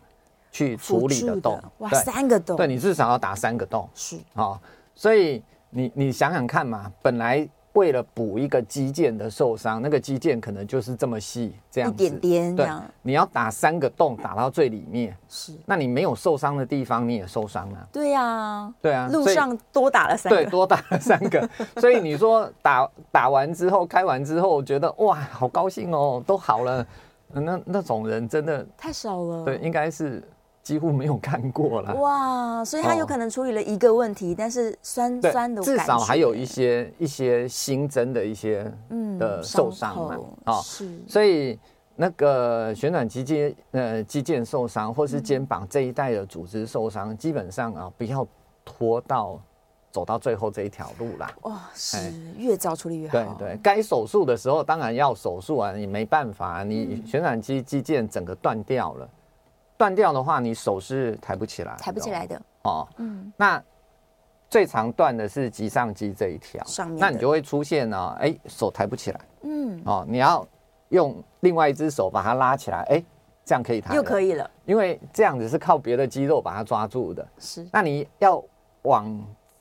Speaker 3: 去处理
Speaker 2: 辅助
Speaker 3: 的洞，
Speaker 2: 哇，
Speaker 3: 对
Speaker 2: 三个洞，
Speaker 3: 对你至少要打三个洞，
Speaker 2: 是
Speaker 3: 哦，所以你你想想看嘛，本来为了补一个肌腱的受伤，那个肌腱可能就是这么细，这样
Speaker 2: 一
Speaker 3: 子
Speaker 2: 点点这
Speaker 3: 对
Speaker 2: 样，
Speaker 3: 你要打三个洞打到最里面，
Speaker 2: 是，
Speaker 3: 那你没有受伤的地方你也受伤了、
Speaker 2: 对呀、啊，
Speaker 3: 对啊，
Speaker 2: 路
Speaker 3: 所以
Speaker 2: 上多打了三
Speaker 3: 对
Speaker 2: 个，
Speaker 3: 多打了三
Speaker 2: <laughs>
Speaker 3: 个，所以你说打打完之后开完之后，觉得哇好高兴哦，都好了，那那种人真的
Speaker 2: 太少了，
Speaker 3: 对，应该是几乎没有看过了。
Speaker 2: 哇，所以他有
Speaker 3: 哦
Speaker 2: 可能处理了一个问题，但是酸
Speaker 3: 对，
Speaker 2: 酸的
Speaker 3: 至
Speaker 2: 感
Speaker 3: 少
Speaker 2: 觉
Speaker 3: 还有一些一些新增的一些
Speaker 2: 嗯
Speaker 3: 的受伤嘛
Speaker 2: 口，
Speaker 3: 哦，
Speaker 2: 是，
Speaker 3: 所以那个旋转肌腱呃肌腱受伤或是肩膀这一带的组织受伤，基本上啊不要拖到走到最后这一条路啦。
Speaker 2: 哇，是
Speaker 3: 哎
Speaker 2: 越早处理越
Speaker 3: 对
Speaker 2: 好，
Speaker 3: 对，该手术的时候当然要手术啊，你没办法、
Speaker 2: 嗯
Speaker 3: 你旋转肌肌腱整个断掉了，断掉的话你手是抬不起来，
Speaker 2: 抬不起来。的，
Speaker 3: 哦，嗯，那最常断的是棘上肌这一条，
Speaker 2: 上面的
Speaker 3: 那你就会出现呢、哎、手抬不起来，
Speaker 2: 嗯，
Speaker 3: 哦，你要用另外一只手把它拉起来，哎、这样可以抬，
Speaker 2: 又可
Speaker 3: 以，
Speaker 2: 以了，
Speaker 3: 因为这样子是靠别的肌肉把它抓住的，
Speaker 2: 是
Speaker 3: 那你要往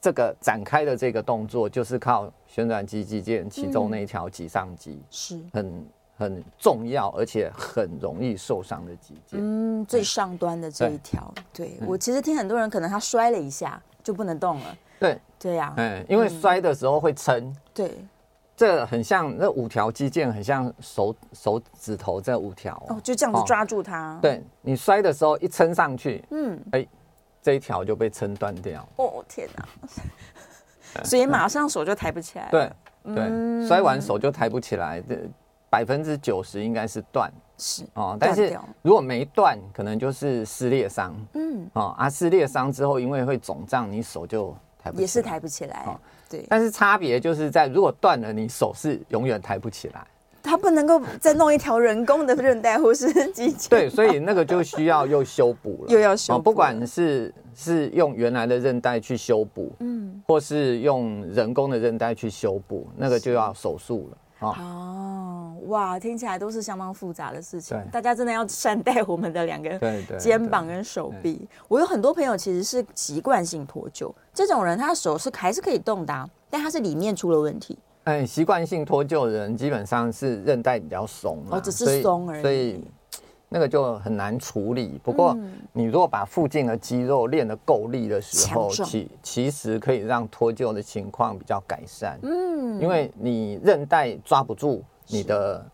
Speaker 3: 这个展开的这个动作，就是靠旋转肌肌腱其中那一条棘上肌，
Speaker 2: 是，
Speaker 3: 很很重要，而且很容易受伤的肌腱，
Speaker 2: 嗯，最上端的这一条，对
Speaker 3: 嗯
Speaker 2: 我其实听很多人可能他摔了一下就不能动了，
Speaker 3: 对，
Speaker 2: 对呀，
Speaker 3: 嗯，因为摔的时候会撑。
Speaker 2: 对，
Speaker 3: 这很像那五条肌腱，很像手手指头这五条
Speaker 2: 哦，就这样子
Speaker 3: 哦
Speaker 2: 抓住他，，
Speaker 3: 对你摔的时候一撑上去，哎
Speaker 2: 嗯，
Speaker 3: 这一条就被撑断掉。
Speaker 2: 哦天哪，所以马上手就抬不起来，，
Speaker 3: 嗯对
Speaker 2: 嗯
Speaker 3: 对，摔完手就抬不起来，这百分之九十应该是断
Speaker 2: 是，
Speaker 3: 哦。但
Speaker 2: 断
Speaker 3: 是
Speaker 2: 掉
Speaker 3: 如果没断，可能就是撕裂伤
Speaker 2: 嗯，
Speaker 3: 哦。啊，撕裂伤之后，因为会肿胀，你手就抬不起来
Speaker 2: 也是抬。不起来
Speaker 3: 哦，
Speaker 2: 对，
Speaker 3: 但是差别就是在，如果断了，你手是永远抬不起来。
Speaker 2: 他不能够再弄一条人工的韧带或是 <laughs> 肌腱，
Speaker 3: 对，所以那个就需要又修补
Speaker 2: <laughs>
Speaker 3: 了，
Speaker 2: 又要修补
Speaker 3: 哦不管是是用原来的韧带去修补，嗯，或是用人工的韧带去修补，那个就要手术了啊。
Speaker 2: 哦，哇，听起来都是相当复杂的事情
Speaker 3: 对，
Speaker 2: 大家真的要善待我们的两个
Speaker 3: 对嗯对
Speaker 2: 肩膀跟手臂。我有很多朋友其实是习惯性脱臼，这种人他的手是还是可以动的啊、但他是里面出了问题，
Speaker 3: 嗯，习惯性脱臼的人基本上是韧带比较松啊
Speaker 2: 哦只是
Speaker 3: 所以
Speaker 2: 松而已
Speaker 3: 所以那个就很难处理。不过
Speaker 2: 嗯
Speaker 3: 你如果把附近的肌肉练得够力的时候，
Speaker 2: 强壮
Speaker 3: 其其实可以让脱臼的情况比较改善。嗯，因为你韧带抓不住你的，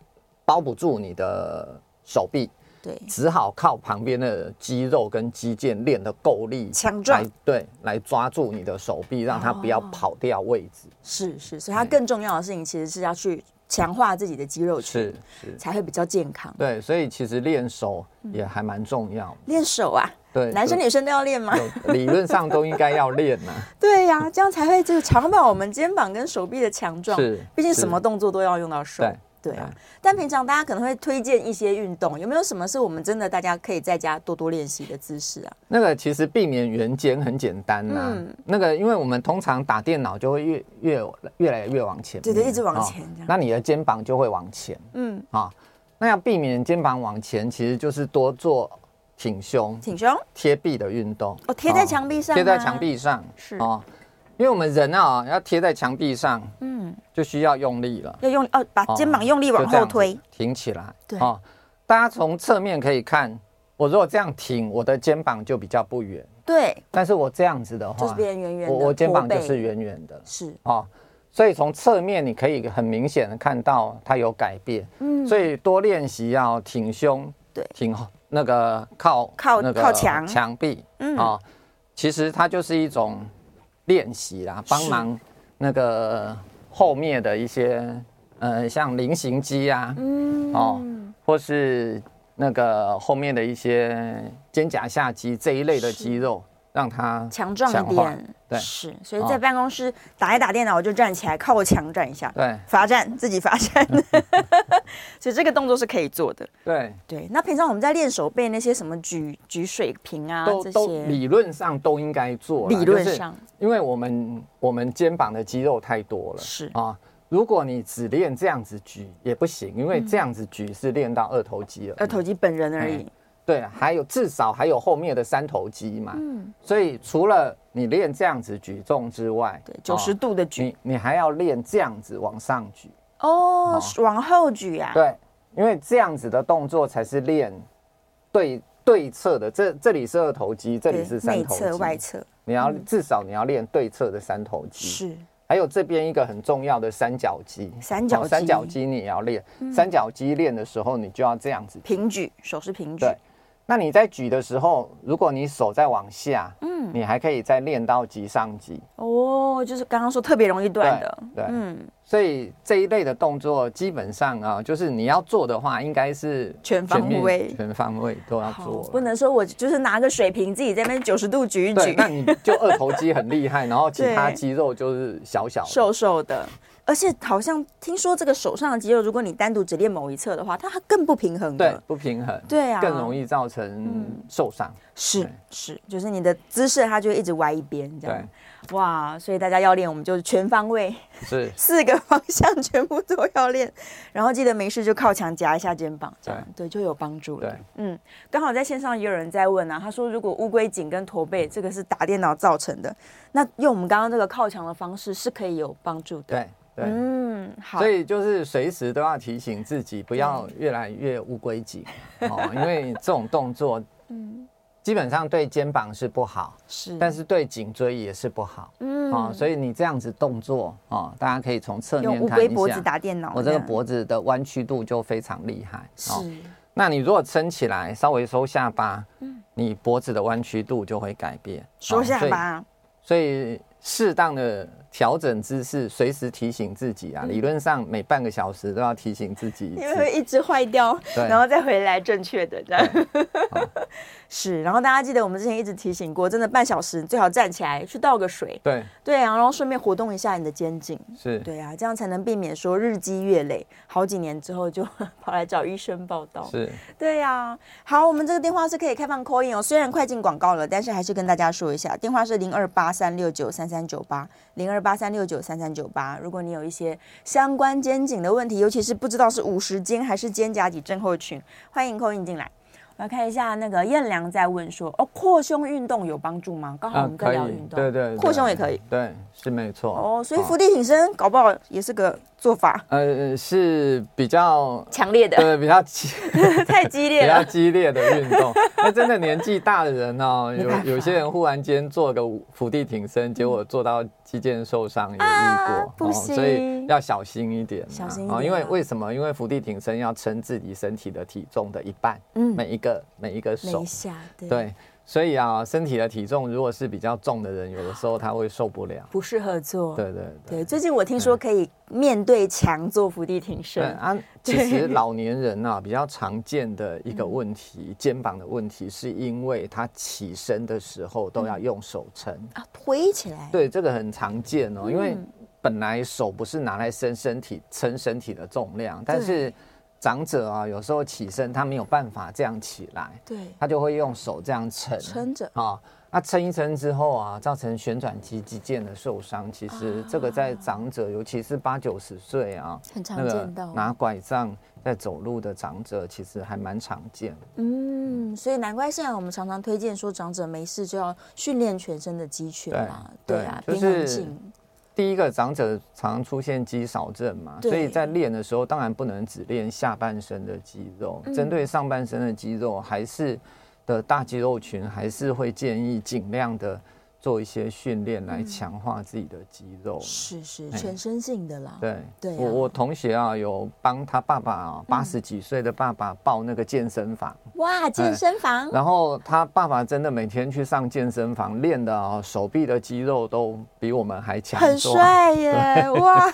Speaker 3: 包不住你的手臂，
Speaker 2: 对，
Speaker 3: 只好靠旁边的肌肉跟肌腱练得够力，
Speaker 2: 强壮哦
Speaker 3: 来对，来抓住你的手臂，让它不要跑掉位置。
Speaker 2: 是是，所以他
Speaker 3: 嗯
Speaker 2: 更重要的事情其实是要去强化自己的肌肉群，
Speaker 3: 是是。
Speaker 2: 才会比较健康。
Speaker 3: 对，所以其实练手也还蛮重要的。
Speaker 2: 练手啊，嗯
Speaker 3: 对，
Speaker 2: 男生
Speaker 3: 就
Speaker 2: 女生都要练吗？
Speaker 3: 有理论上都应该要练
Speaker 2: <laughs>
Speaker 3: 呐、
Speaker 2: 对呀、这样才会就是强化我们肩膀跟手臂的强壮。
Speaker 3: 是
Speaker 2: 毕竟
Speaker 3: 是
Speaker 2: 什么动作都要用到手。
Speaker 3: 对
Speaker 2: 对啊，但平常大家可能会推荐一些运动，有没有什么是我们真的大家可以在家多多练习的姿势啊？
Speaker 3: 那个其实避免圆肩很简单呐、
Speaker 2: 嗯
Speaker 3: 那个因为我们通常打电脑就会越越越来越往前面，啊
Speaker 2: 对对一直往前这样
Speaker 3: 那你的肩膀就会往前
Speaker 2: 嗯，
Speaker 3: 啊、那要避免肩膀往前，其实就是多做挺胸、
Speaker 2: 挺胸
Speaker 3: 贴壁的运动。
Speaker 2: 哦贴在墙壁上
Speaker 3: 贴在
Speaker 2: 吗
Speaker 3: 墙壁上
Speaker 2: 是
Speaker 3: 哦，因为我们人啊要贴在墙壁上，
Speaker 2: 嗯，
Speaker 3: 就需要用力了。
Speaker 2: 要用哦，把
Speaker 3: 哦
Speaker 2: 肩膀用力往
Speaker 3: 就这
Speaker 2: 后
Speaker 3: 样子
Speaker 2: 推，
Speaker 3: 挺起来。
Speaker 2: 对
Speaker 3: 哦，大家从侧面可以看，我如果这样挺，我的肩膀就比较不圆，
Speaker 2: 对，
Speaker 3: 但是我这样子的话，
Speaker 2: 就是变圆圆的，
Speaker 3: 我我肩膀
Speaker 2: 驼
Speaker 3: 就
Speaker 2: 背
Speaker 3: 是圆圆的
Speaker 2: 是
Speaker 3: 哦。所以从侧面你可以很明显的看到它有改变，
Speaker 2: 嗯
Speaker 3: 所以多练习要挺胸，
Speaker 2: 对
Speaker 3: 挺那个靠
Speaker 2: 靠
Speaker 3: 那个
Speaker 2: 靠墙
Speaker 3: 墙壁
Speaker 2: 嗯
Speaker 3: 哦，其实它就是一种练习啦，帮
Speaker 2: 是
Speaker 3: 忙那个后面的一些呃像菱形肌啊，
Speaker 2: 嗯
Speaker 3: 哦或是那个后面的一些肩胛下肌这一类的肌肉，让它
Speaker 2: 强壮
Speaker 3: 强
Speaker 2: 一
Speaker 3: 化
Speaker 2: 点，
Speaker 3: 对
Speaker 2: 是，所以在
Speaker 3: 哦
Speaker 2: 办公室打一打电脑，我就站起来靠墙站一下，
Speaker 3: 对
Speaker 2: 罚站 <laughs> 自己罚站，所以这个动作是可以做的。
Speaker 3: 对
Speaker 2: 对，那平常我们在练手背那些什么举举水瓶啊
Speaker 3: 都
Speaker 2: 这
Speaker 3: 都
Speaker 2: 些，
Speaker 3: 理论上都应该做啦，
Speaker 2: 理论
Speaker 3: 就是
Speaker 2: 上
Speaker 3: 因为我们我们肩膀的肌肉太多了，
Speaker 2: 是
Speaker 3: 啊。如果你只练这样子举也不行，因为这样子举是练到二头肌了。
Speaker 2: 二头肌呃本人而已
Speaker 3: 哎，对，还有至少还有后面的三头肌嘛。嗯，所以除了你练这样子举重之外，
Speaker 2: 对，九十
Speaker 3: 哦
Speaker 2: 度的举
Speaker 3: 你你还要练这样子往上举。
Speaker 2: 哦
Speaker 3: 哦，
Speaker 2: 往后举啊，
Speaker 3: 对，因为这样子的动作才是练对对侧的，这这里是二头肌，这里是三
Speaker 2: 内
Speaker 3: 头
Speaker 2: 侧外
Speaker 3: 肌。嗯
Speaker 2: 侧
Speaker 3: 你要至少你要练对侧的三头肌，
Speaker 2: 嗯是
Speaker 3: 还有这边一个很重要的三角肌。
Speaker 2: 三角
Speaker 3: 哦三角
Speaker 2: 肌嗯
Speaker 3: 肌你也要练，三角肌练的时候你就要这样子。
Speaker 2: 平举，手是平举，
Speaker 3: 对，那你在举的时候，如果你手再往下，嗯，你还可以再练到极上肌。
Speaker 2: 哦，就是刚刚说特别容易断的，
Speaker 3: 对对
Speaker 2: 嗯，
Speaker 3: 所以这一类的动作，基本上啊，就是你要做的话，应该是
Speaker 2: 全方
Speaker 3: 面
Speaker 2: 位
Speaker 3: 全方位都要做
Speaker 2: 好，
Speaker 3: 了。
Speaker 2: 不能说我就是拿个水瓶自己在那边九十度举一
Speaker 3: 对，
Speaker 2: 举，
Speaker 3: 那你就二头肌很厉害，然后其他
Speaker 2: 对
Speaker 3: 肌肉就是小小的。
Speaker 2: 瘦瘦的。而且好像听说这个手上的肌肉，如果你单独只练某一侧的话，它还更不平衡
Speaker 3: 对
Speaker 2: 的。，
Speaker 3: 不平衡，
Speaker 2: 对啊嗯
Speaker 3: 更容易造成受伤。
Speaker 2: 是
Speaker 3: 对
Speaker 2: 是，就是你的姿势它就会一直歪一边这样
Speaker 3: 对。，
Speaker 2: 哇，所以大家要练，我们就是全方位， <laughs>
Speaker 3: 是，
Speaker 2: 四个方向全部都要练。 <laughs> 然后记得没事就靠墙夹一下肩膀，这样对就有帮助了
Speaker 3: 对。
Speaker 2: 嗯，刚好在线上也有人在问啊，他说如果乌龟颈跟驼背这个是打电脑造成的，那用我们刚刚这个靠墙的方式是可以有帮助的。
Speaker 3: 对，对。
Speaker 2: 嗯，好，
Speaker 3: 所以就是随时都要提醒自己，不要越来越乌
Speaker 2: <laughs>
Speaker 3: 龟颈哦，因为这种动作，
Speaker 2: 嗯
Speaker 3: 基本上对肩膀是不好，
Speaker 2: 是，
Speaker 3: 但是对颈椎也是不好
Speaker 2: 嗯
Speaker 3: 啊。所以你这样子动作啊，大家可以从侧
Speaker 2: 用
Speaker 3: 面
Speaker 2: 乌
Speaker 3: 看
Speaker 2: 龟
Speaker 3: 一
Speaker 2: 脖子
Speaker 3: 下，
Speaker 2: 打电脑样，
Speaker 3: 我这个脖子的弯曲度就非常厉害
Speaker 2: 是
Speaker 3: 哦。那你如果撑起来，稍微收下巴，你脖子的弯曲度就会改变。
Speaker 2: 嗯收
Speaker 3: 哦
Speaker 2: 下，巴，
Speaker 3: 所以所以适当的调整姿势，随时提醒自己啊。理论上每半个小时都要提醒自己
Speaker 2: 嗯
Speaker 3: 一
Speaker 2: 因为会
Speaker 3: 次。
Speaker 2: 一直坏掉，
Speaker 3: 对
Speaker 2: 然后再回来正确的这样。 <laughs> 是，然后大家记得我们之前一直提醒过，真的半小时最好站起来去倒个水，
Speaker 3: 对，
Speaker 2: 对啊，然后顺便活动一下你的肩颈，
Speaker 3: 是，
Speaker 2: 对啊，这样才能避免说日积月累，好几年之后就 <laughs> 跑来找医生报道。
Speaker 3: 是。
Speaker 2: 对呀、好，我们这个电话是可以开放 call in 哦，虽然快进广告了，但是还是跟大家说一下，电话是零二八三六九三三九八零二八三六九三三九八。如果你有一些相关肩颈的问题，尤其是不知道是五十肩还是肩胛底症候群，欢迎 call in 进来。我要看一下那个燕良在问说，哦，扩胸运动有帮助吗？刚好哦我们在
Speaker 3: 啊可以
Speaker 2: 聊运，动，
Speaker 3: 对对，
Speaker 2: 扩
Speaker 3: 对
Speaker 2: 胸也可以。
Speaker 3: 对，是没错。
Speaker 2: 哦，所以伏地挺身搞不好也是个做法，
Speaker 3: 呃是比较
Speaker 2: 强烈的，
Speaker 3: 呃比较 <laughs> 激
Speaker 2: <laughs> 太激
Speaker 3: 比
Speaker 2: 烈
Speaker 3: 较
Speaker 2: 了。
Speaker 3: 激烈的运
Speaker 2: <laughs>
Speaker 3: 动。那真的年纪大的人哦，
Speaker 2: 没办法
Speaker 3: 有有些人忽然间做个伏地挺身，结果做到肌腱受伤也遇过，
Speaker 2: 啊不
Speaker 3: 哦，
Speaker 2: 行
Speaker 3: 所以要小心一点啊、
Speaker 2: 小心一
Speaker 3: 哦
Speaker 2: 点
Speaker 3: 因为
Speaker 2: 啊
Speaker 3: 为什么？因为伏地挺身要称自己身体的体重的一半，
Speaker 2: 嗯
Speaker 3: 每一个每一个
Speaker 2: 每
Speaker 3: 手
Speaker 2: 一，下，对，
Speaker 3: <laughs> 对。啊所以啊，身体的体重如果是比较重的人，有的时候他会受不了。
Speaker 2: 不适合做。
Speaker 3: 对对对
Speaker 2: 对，最近我听说可以面对墙做伏地挺
Speaker 3: 对
Speaker 2: 身， <laughs>
Speaker 3: 啊，其实老年人啊比较常见的一个问题，肩膀的问题，是因为他起身的时候都要用手撑。
Speaker 2: 啊，推起来，
Speaker 3: 对，这个很常见哦，因为
Speaker 2: 嗯
Speaker 3: 本来手不是拿来伸身体、撑身体的重量，但
Speaker 2: 对
Speaker 3: 是。长者啊，有时候起身他没有办法这样起来，
Speaker 2: 对，
Speaker 3: 他就会用手这样撑
Speaker 2: 撑着
Speaker 3: 啊。那撑一撑之后啊，造成旋转肌肌腱的受伤。其实
Speaker 2: 啊
Speaker 3: 这个在长者，尤其是八九十岁啊，
Speaker 2: 很常
Speaker 3: 那个
Speaker 2: 见到
Speaker 3: 拿拐杖在走路的长者，其实还蛮常见的。
Speaker 2: 嗯，所以难怪现在我们常常推荐说，长者没事就要训练全身的肌群啦，
Speaker 3: 对
Speaker 2: 对啊，
Speaker 3: 对
Speaker 2: 平
Speaker 3: 就
Speaker 2: 衡
Speaker 3: 是
Speaker 2: 性，
Speaker 3: 第一个长者常出现肌少症嘛，
Speaker 2: 对
Speaker 3: 所以在练的时候，当然不能只练下半身的肌肉，
Speaker 2: 嗯
Speaker 3: 针对上半身的肌肉还是的大肌肉群，还是会建议尽量的做一些训练来强化自己的肌肉。
Speaker 2: 嗯是是
Speaker 3: 哎
Speaker 2: 全身性的啦，
Speaker 3: 对，
Speaker 2: 对啊嗯
Speaker 3: 我我同学啊有帮他爸爸啊八十几岁的爸爸报那个健身房，
Speaker 2: 哇，健身房
Speaker 3: 哎然后他爸爸真的每天去上健身房练的啊，手臂的肌肉都比我们还强
Speaker 2: 很
Speaker 3: 壮。
Speaker 2: 帅耶， <laughs> 哇，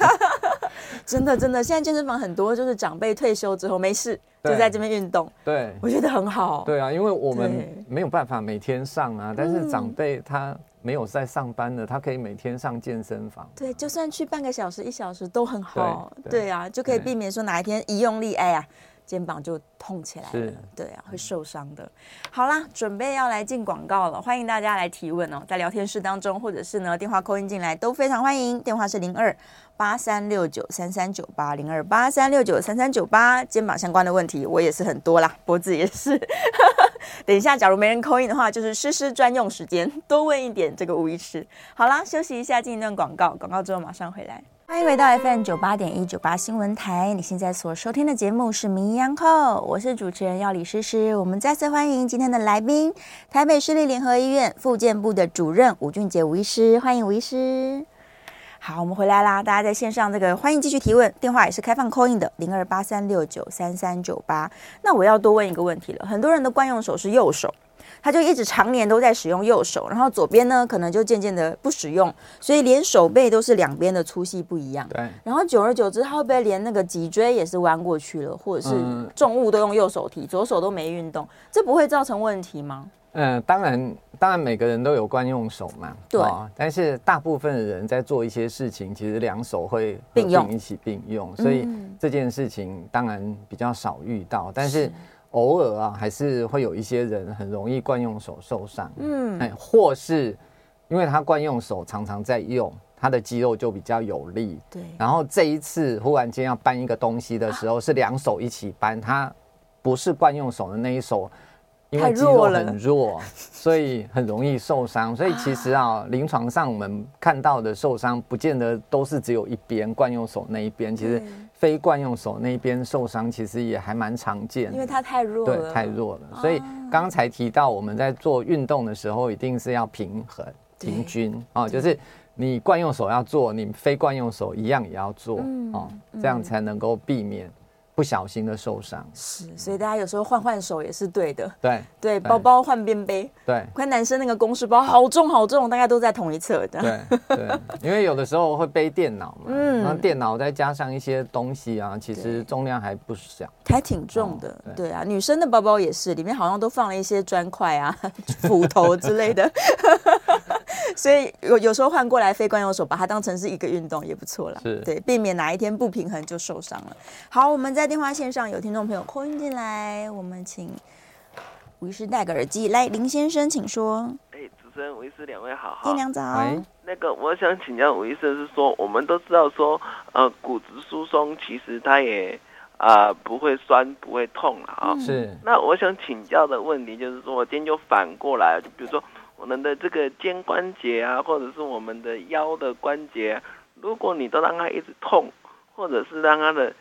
Speaker 2: 真的真的，现在健身房很多就是长辈退休之后没事就
Speaker 3: 对
Speaker 2: 在这边运动，
Speaker 3: 对，
Speaker 2: 我觉得很好，
Speaker 3: 对啊，因为我们
Speaker 2: 对
Speaker 3: 没有办法每天上啊，但是
Speaker 2: 嗯
Speaker 3: 长辈他没有在上班的，他可以每天上健身房。
Speaker 2: 对，就算去半个小时、一小时都很好。
Speaker 3: 对对
Speaker 2: 对啊，就可以
Speaker 3: 对
Speaker 2: 避免说哪一天一用力，哎呀，肩膀就痛起来了
Speaker 3: 是。
Speaker 2: 对啊，会受伤的。好啦，准备要来进广告了，欢迎大家来提问哦，在聊天室当中，或者是呢电话扣音进来都非常欢迎。电话是零二八三六九三三九八零二八三六九三三九八，肩膀相关的问题我也是很多啦，脖子也是。 <laughs> 等一下，假如没人扣音的话，就是诗诗专用时间，多问一点这个吴医师。好啦，休息一下，进一段广告，广告之后马上回来。欢迎回到 FM 九八点一九八新闻台，你现在所收听的节目是《名医央叩》，我是主持人药理诗诗。我们再次欢迎今天的来宾，台北市立联合医院复健部的主任吴俊杰吴医师，欢迎吴医师。好，我们回来啦！大家在线上这个欢迎继续提问，电话也是开放 call in 的零二八三六九三三九八。那我要多问一个问题了，很多人的惯用手是右手，他就一直常年都在使用右手，然后左边呢可能就渐渐的不使用，所以连手背都是两边的粗细不一样。
Speaker 3: 对，
Speaker 2: 然后久而久之，他会不会连那个脊椎也是弯过去了，或者是
Speaker 3: 嗯
Speaker 2: 重物都用右手提，左手都没运动，这不会造成问题吗？
Speaker 3: 嗯、当然，当然每个人都有惯用手嘛。哦
Speaker 2: 对
Speaker 3: 但是大部分的人在做一些事情，其实两手会合
Speaker 2: 并用
Speaker 3: 一起并用，所以
Speaker 2: 嗯
Speaker 3: 这件事情当然比较少遇到，但是。偶尔啊，还是会有一些人很容易惯用手受伤，
Speaker 2: 嗯
Speaker 3: 哎，或是因为他惯用手常常在用，他的肌肉就比较有力，
Speaker 2: 对
Speaker 3: 然后这一次忽然间要搬一个东西的时候，是两手一起搬，他不是惯用手的那一手，因
Speaker 2: 太
Speaker 3: 为肌
Speaker 2: 弱
Speaker 3: 肉
Speaker 2: 了
Speaker 3: 很弱，所以很容易受伤。所以其实啊，临床上我们看到的受伤，不见得都是只有一边惯用手那一边，其实
Speaker 2: 对
Speaker 3: 非惯用手那一边受伤，其实也还蛮常见的。
Speaker 2: 因为他太弱了，
Speaker 3: 嗯
Speaker 2: 哦
Speaker 3: 对，太。弱了。所以刚才提到，我们在做运动的时候，一定是要平衡、
Speaker 2: 对
Speaker 3: 平均啊、哦，就是你惯用手要做，你非惯用手一样也要做、
Speaker 2: 嗯
Speaker 3: 哦，这样才能够避免不小心的受伤。
Speaker 2: 是，所以大家有时候换换手也是对的。
Speaker 3: 对
Speaker 2: 对，包包换边背，
Speaker 3: 对
Speaker 2: 看男生那个公事包好重好重，大概都在同一侧的。<laughs>
Speaker 3: 对对，因为有的时候会背电脑嘛，
Speaker 2: 嗯
Speaker 3: 嗯，那电脑再加上一些东西啊，其实
Speaker 2: 对
Speaker 3: 重量还不小。
Speaker 2: 还挺重的，
Speaker 3: 哦
Speaker 2: 对啊，女生的包包也是，里面好像都放了一些砖块啊、 <laughs> 斧头之类的， <laughs> 所以有有时候换过来非惯用手，把它当成是一个运动也不错啦，
Speaker 3: 是
Speaker 2: 对，避免哪一天不平衡就受伤了。好，我们在电话线上有听众朋友扣音进来，我们请吴医师戴个耳机，来，林先生请说，
Speaker 4: 哎，主持人、吴医师两位好
Speaker 2: 爹
Speaker 4: 哈。
Speaker 2: 娘早，
Speaker 3: 哎，
Speaker 4: 那个，我想请教吴医生是说，我们都知道说，呃，骨质疏松其实它也啊、呃不会酸，不会痛了啊、
Speaker 3: 是
Speaker 4: 那我想请教的问题就是说，我今天就反过来，就比如说我们的这个肩关节啊，或者是我们的腰的关节，啊如果你都让它一直痛，或者是让它的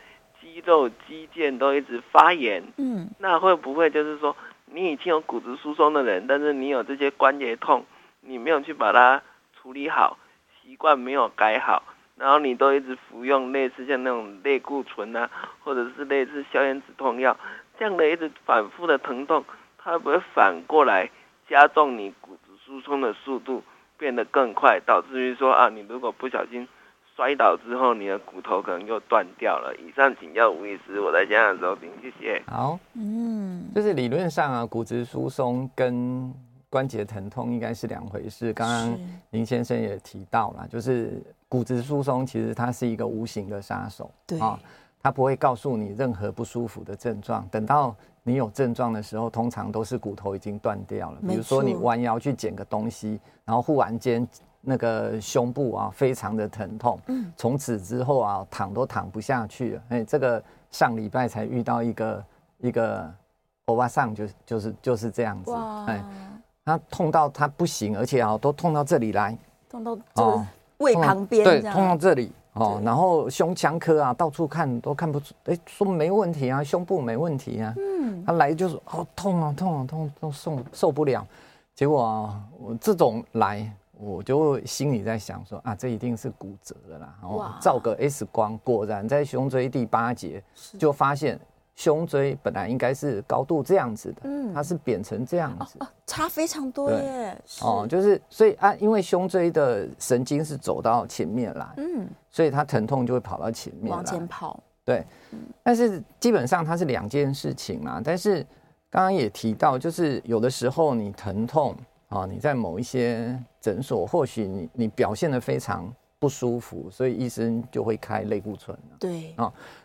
Speaker 4: 肌肉肌腱都一直发炎，
Speaker 2: 嗯，
Speaker 4: 那会不会就是说，你已经有骨质疏松的人，但是你有这些关节痛，你没有去把它处理好，习惯没有改好，然后你都一直服用类似像那种类固醇啊，或者是类似消炎止痛药，这样的一直反复的疼痛，它会不会反过来加重你骨质疏松的速度，变得更快，导致于说啊，你如果不小心。摔倒之后，你的骨头可能又断掉了。以上请教吴医师，我在家的时候听，谢谢。
Speaker 3: 好。
Speaker 2: 嗯，
Speaker 3: 就是理论上啊，骨质疏松跟关节疼痛应该是两回事。刚
Speaker 2: 是
Speaker 3: 刚林先生也提到了，就是骨质疏松其实它是一个无形的杀手。
Speaker 2: 对
Speaker 3: 哦它不会告诉你任何不舒服的症状。等到你有症状的时候，通常都是骨头已经断掉了。比如说
Speaker 2: 没
Speaker 3: 你
Speaker 2: 错
Speaker 3: 弯腰去捡个东西，然后忽然间那个胸部啊非常的疼痛，嗯，从此之后啊躺都躺不下去了。哎，这个上礼拜才遇到一个一个欧巴桑，就是就是就是这样子，
Speaker 2: 哇，
Speaker 3: 哎，他痛到他不行，而且啊都痛到这里来，
Speaker 2: 痛到就
Speaker 3: 哦
Speaker 2: 是胃
Speaker 3: 痛到
Speaker 2: 旁边
Speaker 3: 对，
Speaker 2: 这
Speaker 3: 痛到
Speaker 2: 样，
Speaker 3: 这里哦
Speaker 2: 对，
Speaker 3: 然后胸腔科啊，到处看都看不出，哎，说没问题啊，胸部没问题啊，
Speaker 2: 嗯，
Speaker 3: 他来就是哦痛啊痛啊痛，都受受不了，结果啊，我这种来。我就心里在想说啊，这一定是骨折了啦！哦
Speaker 2: 哇，
Speaker 3: 照个 X 光，果然在胸椎第八节就发现胸椎本来应该是高度这样子的，
Speaker 2: 嗯
Speaker 3: 它是扁成这样子。
Speaker 2: 差非常多
Speaker 3: 对
Speaker 2: 耶，是
Speaker 3: 哦，就是所以啊，因为胸椎的神经是走到前面来，
Speaker 2: 嗯，
Speaker 3: 所以它疼痛就会跑到前面
Speaker 2: 往
Speaker 3: 来。
Speaker 2: 前跑，嗯
Speaker 3: 对，但是基本上它是两件事情嘛。但是刚刚也提到，就是有的时候你疼痛啊、哦，你在某一些诊所，或许你你表现的非常不舒服，所以医生就会开类固醇啊
Speaker 2: 对，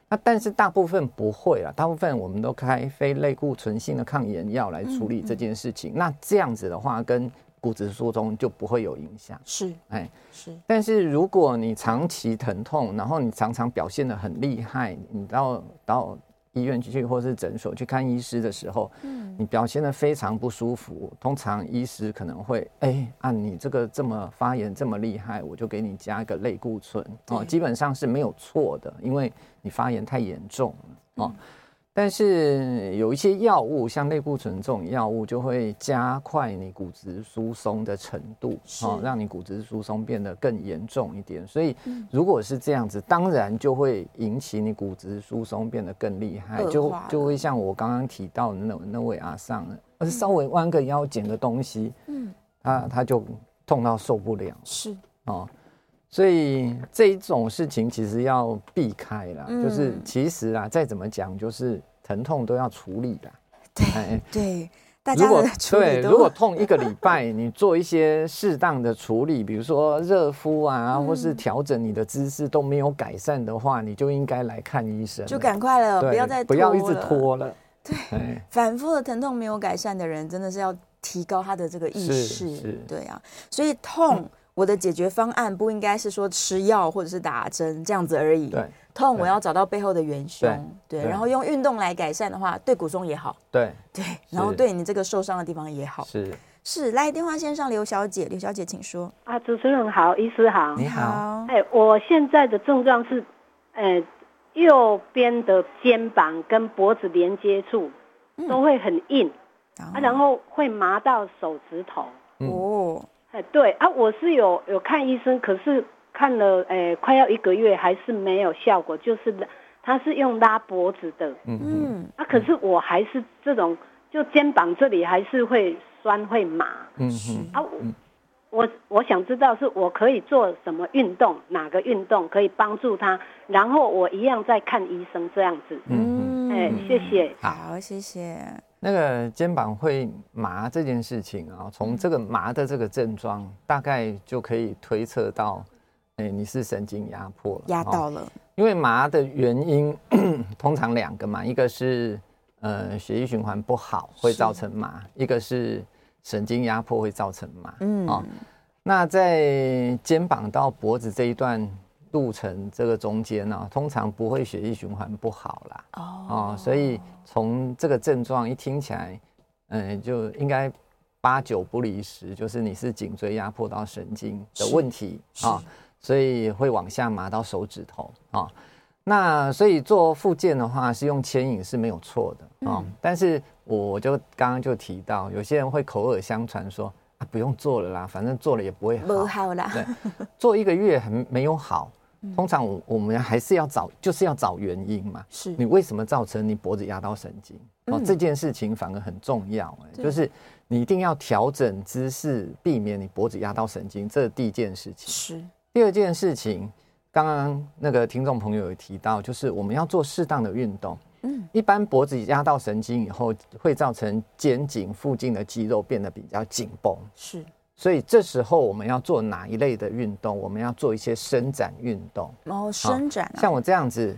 Speaker 3: 那但是大部分不会啦，大部分我们都开非类固醇性的抗炎药来
Speaker 2: 嗯
Speaker 3: 处理这件事情。那这样子的话，跟骨质疏松就不会有影响。
Speaker 2: 是
Speaker 3: 哎，
Speaker 2: 是，
Speaker 3: 但是如果你长期疼痛，然后你常常表现得很厉害，你到到医院去或是诊所去看医师的时候，你表现得非常不舒服，通常医师可能会，哎、啊，你这个这么发炎这么厉害，我就给你加一个类固醇哦，
Speaker 2: 对
Speaker 3: 基本上是没有错的，因为你发炎太严重了哦。但是有一些药物，像类固醇这种药物，就会加快你骨质疏松的程度，哦，让你骨质疏松变得更严重一点。所以，
Speaker 2: 嗯
Speaker 3: 如果是这样子，当然就会引起你骨质疏松变得更厉害，
Speaker 2: 恶
Speaker 3: 就
Speaker 2: 化了
Speaker 3: 就会像我刚刚提到的那那位阿尚，而稍微弯个腰捡个东西，
Speaker 2: 嗯，
Speaker 3: 他他就痛到受不了。
Speaker 2: 是
Speaker 3: 哦，所以这一种事情其实要避开啦，
Speaker 2: 嗯
Speaker 3: 就是其实啊，再怎么讲，就是疼痛都要处理啦。
Speaker 2: 对
Speaker 3: 哎，
Speaker 2: 对，大
Speaker 3: 如
Speaker 2: 家
Speaker 3: 果
Speaker 2: 的处
Speaker 3: 对，
Speaker 2: 理
Speaker 3: 如果
Speaker 2: 都
Speaker 3: 痛一个礼拜， <laughs> 你做一些适当的处理，比如说热敷
Speaker 2: 嗯
Speaker 3: 啊，或是调整你的姿势都没有改善的话，你就应该来看医生
Speaker 2: <laughs>
Speaker 3: 了。
Speaker 2: 就赶快了，
Speaker 3: 对
Speaker 2: 不要再
Speaker 3: 不要一直
Speaker 2: 了
Speaker 3: 拖了。哎对，
Speaker 2: 反复的疼痛没有改善的人，真的是要提高他的这个意
Speaker 3: 是
Speaker 2: 识
Speaker 3: 是，
Speaker 2: 对啊，所以痛。我的解决方案不应该是说吃药或者是打针这样子而已。
Speaker 3: 对，
Speaker 2: 痛
Speaker 3: 对
Speaker 2: 我要找到背后的元凶，对，
Speaker 3: 对
Speaker 2: 然后用运动来改善的话，对骨松也好，
Speaker 3: 对，
Speaker 2: 对，然后对你这个受伤的地方也好。
Speaker 3: 是。
Speaker 2: 是，来电话线上刘小姐，刘小姐请说。
Speaker 5: 啊，主持人好，医师好。
Speaker 3: 你好，
Speaker 5: 哎，我现在的症状是，呃，右边的肩膀跟脖子连接处都会很硬，啊，然后会麻到手指头。
Speaker 3: 嗯
Speaker 2: 哦，
Speaker 5: 哎，对啊，我是有有看医生，可是看了哎快要一个月还是没有效果，就是他是用拉脖子的，
Speaker 3: 嗯嗯，
Speaker 2: 嗯，
Speaker 5: 啊，可是我还是这种，就肩膀这里还是会酸会麻。
Speaker 3: 嗯
Speaker 2: 是
Speaker 3: 哼，
Speaker 5: 啊，我我我想知道是我可以做什么运动，哪个运动可以帮助他，然后我一样再看医生这样子。
Speaker 3: 嗯嗯，
Speaker 5: 哎、谢谢。
Speaker 2: 好，谢谢。
Speaker 3: 那个肩膀会麻这件事情啊，从这个麻的这个症状，大概就可以推测到，哎，你是神经压迫了
Speaker 2: 压
Speaker 3: 哦
Speaker 2: 到了，
Speaker 3: 因为麻的原因 <clears throat> 通常两个嘛，一个是呃血液循环不好会造成麻，一个是神经压迫会造成麻。
Speaker 2: 嗯，
Speaker 3: 哦那在肩膀到脖子这一段路程这个中间呢、啊通常不会血液循环不好啦。
Speaker 2: 哦
Speaker 3: 哦，所以从这个症状一听起来，嗯，就应该八九不离十，就是你是颈椎压迫到神经的问题啊、所以会往下麻到手指头啊、那所以做复健的话，是用牵引是没有错的
Speaker 2: 嗯
Speaker 3: 啊、但是我就刚刚就提到，有些人会口耳相传说啊，不用做了啦，反正做了也不会
Speaker 2: 不好啦，
Speaker 3: 对， <laughs> 做一个月还没有好，通常我我们还是要找，就是要找原因嘛。
Speaker 2: 是
Speaker 3: 你为什么造成你脖子压到神经？哦，
Speaker 2: 嗯
Speaker 3: 这件事情反而很重要、哎，
Speaker 2: 对
Speaker 3: 就是你一定要调整姿势，避免你脖子压到神经，这是第一件事情。
Speaker 2: 是，
Speaker 3: 第二件事情，刚刚那个听众朋友有提到，就是我们要做适当的运动。
Speaker 2: 嗯，
Speaker 3: 一般脖子压到神经以后，会造成肩颈附近的肌肉变得比较紧绷。
Speaker 2: 是，
Speaker 3: 所以这时候我们要做哪一类的运动？我们要做一些伸展运动，
Speaker 2: 然后伸展啊，
Speaker 3: 像我这样子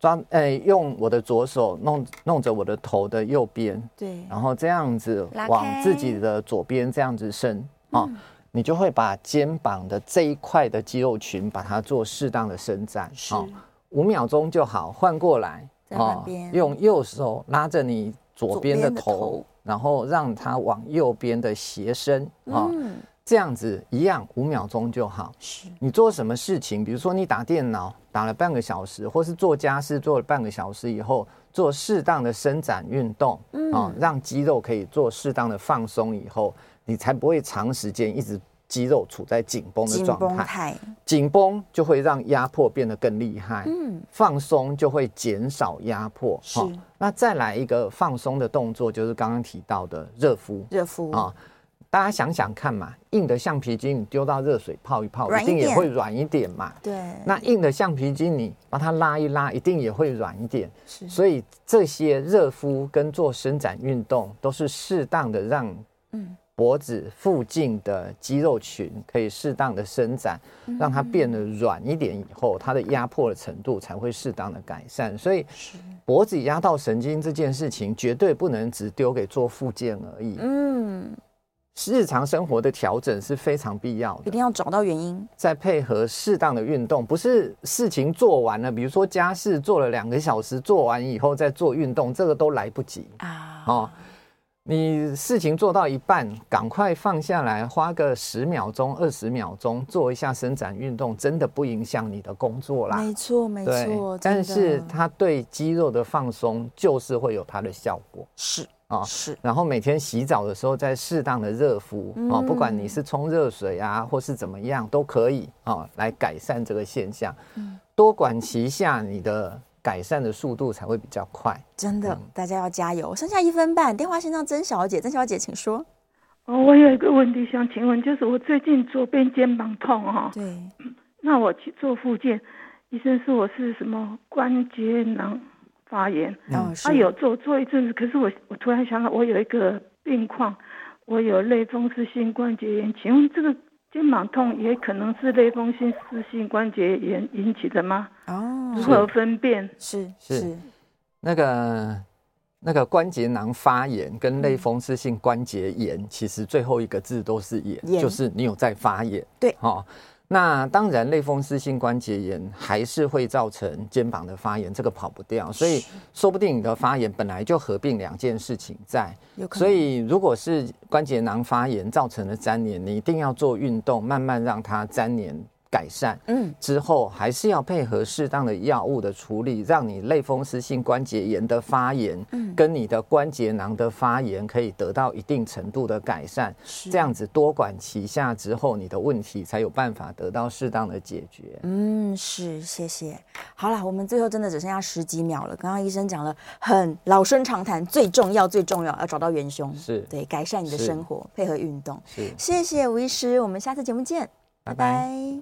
Speaker 3: 抓，呃，用我的左手弄弄着我的头的右边，
Speaker 2: 对，
Speaker 3: 然后这样子
Speaker 2: 拉
Speaker 3: 往
Speaker 2: 开嗯
Speaker 3: 自己的左边这样子伸哦，你就会把肩膀的这一块的肌肉群把它做适当的伸展，
Speaker 2: 是
Speaker 3: 哦，五秒钟就好，换过来哦
Speaker 2: 再换边
Speaker 3: 用右手拉着你左边的
Speaker 2: 左边的
Speaker 3: 头，
Speaker 2: 头
Speaker 3: 然后让它往右边的斜伸啊。哦
Speaker 2: 嗯，
Speaker 3: 这样子一样五秒钟就好。
Speaker 2: 是
Speaker 3: 你做什么事情，比如说你打电脑打了半个小时，或是做家事做了半个小时以后，做适当的伸展运动，嗯、哦，让肌肉可以做适当的放松以后，你才不会长时间一直肌肉处在紧绷的
Speaker 2: 紧
Speaker 3: 状
Speaker 2: 绷
Speaker 3: 态。
Speaker 2: 态，
Speaker 3: 紧绷就会让压迫变得更厉害，
Speaker 2: 嗯
Speaker 3: 放松就会减少压迫。
Speaker 2: 是
Speaker 3: 那再来一个放松的动作，就是刚刚提到的热敷
Speaker 2: 热敷
Speaker 3: 啊、大家想想看嘛，硬的橡皮筋你丢到热水泡一泡，
Speaker 2: 软一
Speaker 3: 一定也
Speaker 2: 点
Speaker 3: 会软一点嘛。
Speaker 2: 对，
Speaker 3: 那硬的橡皮筋你把它拉一拉，一定也会软一点。
Speaker 2: 是
Speaker 3: 所以这些热敷跟做伸展运动都是适当的让
Speaker 2: 嗯
Speaker 3: 脖子附近的肌肉群可以适当的伸展，
Speaker 2: 嗯
Speaker 3: 让它变得软一点以后，它的压迫的程度才会适当的改善。所以
Speaker 2: 是
Speaker 3: 脖子压到神经这件事情，绝对不能只丢给做复健而已。
Speaker 2: 嗯，
Speaker 3: 日常生活的调整是非常必要
Speaker 2: 一
Speaker 3: 的
Speaker 2: 定，要找到原因，
Speaker 3: 再配合适当的运动，不是事情做完了，比如说家事做了两个小时，做完以后再做运动，这个都来不及
Speaker 2: 啊，
Speaker 3: 哦。你事情做到一半，赶快放下来，花个十秒钟、二十秒钟做一下伸展运动，真的不影响你的工作啦。
Speaker 2: 没错没错，真
Speaker 3: 但
Speaker 2: 的
Speaker 3: 是它对肌肉的放松就是会有它的效果。
Speaker 2: 是
Speaker 3: 啊
Speaker 2: 是
Speaker 3: 然后每天洗澡的时候再适当的热敷、哦，不管你是冲热水啊，或是怎么样都可以哦，来改善这个现象。多管齐下，你的改善的速度才会比较快。
Speaker 2: 真的，
Speaker 3: 嗯
Speaker 2: 大家要加油，剩下一分半，电话线上曾小姐，曾小姐请说，
Speaker 6: 哦，我有一个问题想请问，就是我最近左边肩膀痛哈、哦，
Speaker 3: 嗯
Speaker 2: 对，
Speaker 6: 那我去做复健，医生说我是什么关节囊发炎，
Speaker 2: 哦
Speaker 6: 他
Speaker 2: 是
Speaker 6: 有做做一阵子，可是我我突然想到我有一个病况，我有类风湿性关节炎，请问这个肩膀痛也可能是类风湿性关节炎引起的吗？
Speaker 2: 哦
Speaker 6: 如何分辨？
Speaker 2: 是
Speaker 3: 是那个那个关节囊发炎跟
Speaker 2: 嗯
Speaker 3: 类风湿性关节炎，其实最后一个字都是炎，
Speaker 2: 炎
Speaker 3: 就是你有在发炎。
Speaker 2: 对
Speaker 3: 哦。那当然，类风湿性关节炎还是会造成肩膀的发炎，这个跑不掉。所以，说不定你的发炎本来就合并两件事情在。
Speaker 2: 有可能，
Speaker 3: 所以，如果是关节囊发炎造成的粘连，你一定要做运动，慢慢让它粘连改善。
Speaker 2: 嗯
Speaker 3: 之后，还是要配合适当的药物的处理，让你类风湿性关节炎的发炎，
Speaker 2: 嗯
Speaker 3: 跟你的关节囊的发炎可以得到一定程度的改善。
Speaker 2: 是
Speaker 3: 这样子多管齐下之后，你的问题才有办法得到适当的解决。
Speaker 2: 嗯，是，谢谢。好啦，我们最后真的只剩下十几秒了。刚刚医生讲了很老生常谈，最重要最重要要找到元凶，
Speaker 3: 是
Speaker 2: 对，改善你的
Speaker 3: 是
Speaker 2: 生活，配合运动。
Speaker 3: 是，
Speaker 2: 谢谢吴医师，我们下次节目见，
Speaker 3: 拜
Speaker 2: 拜拜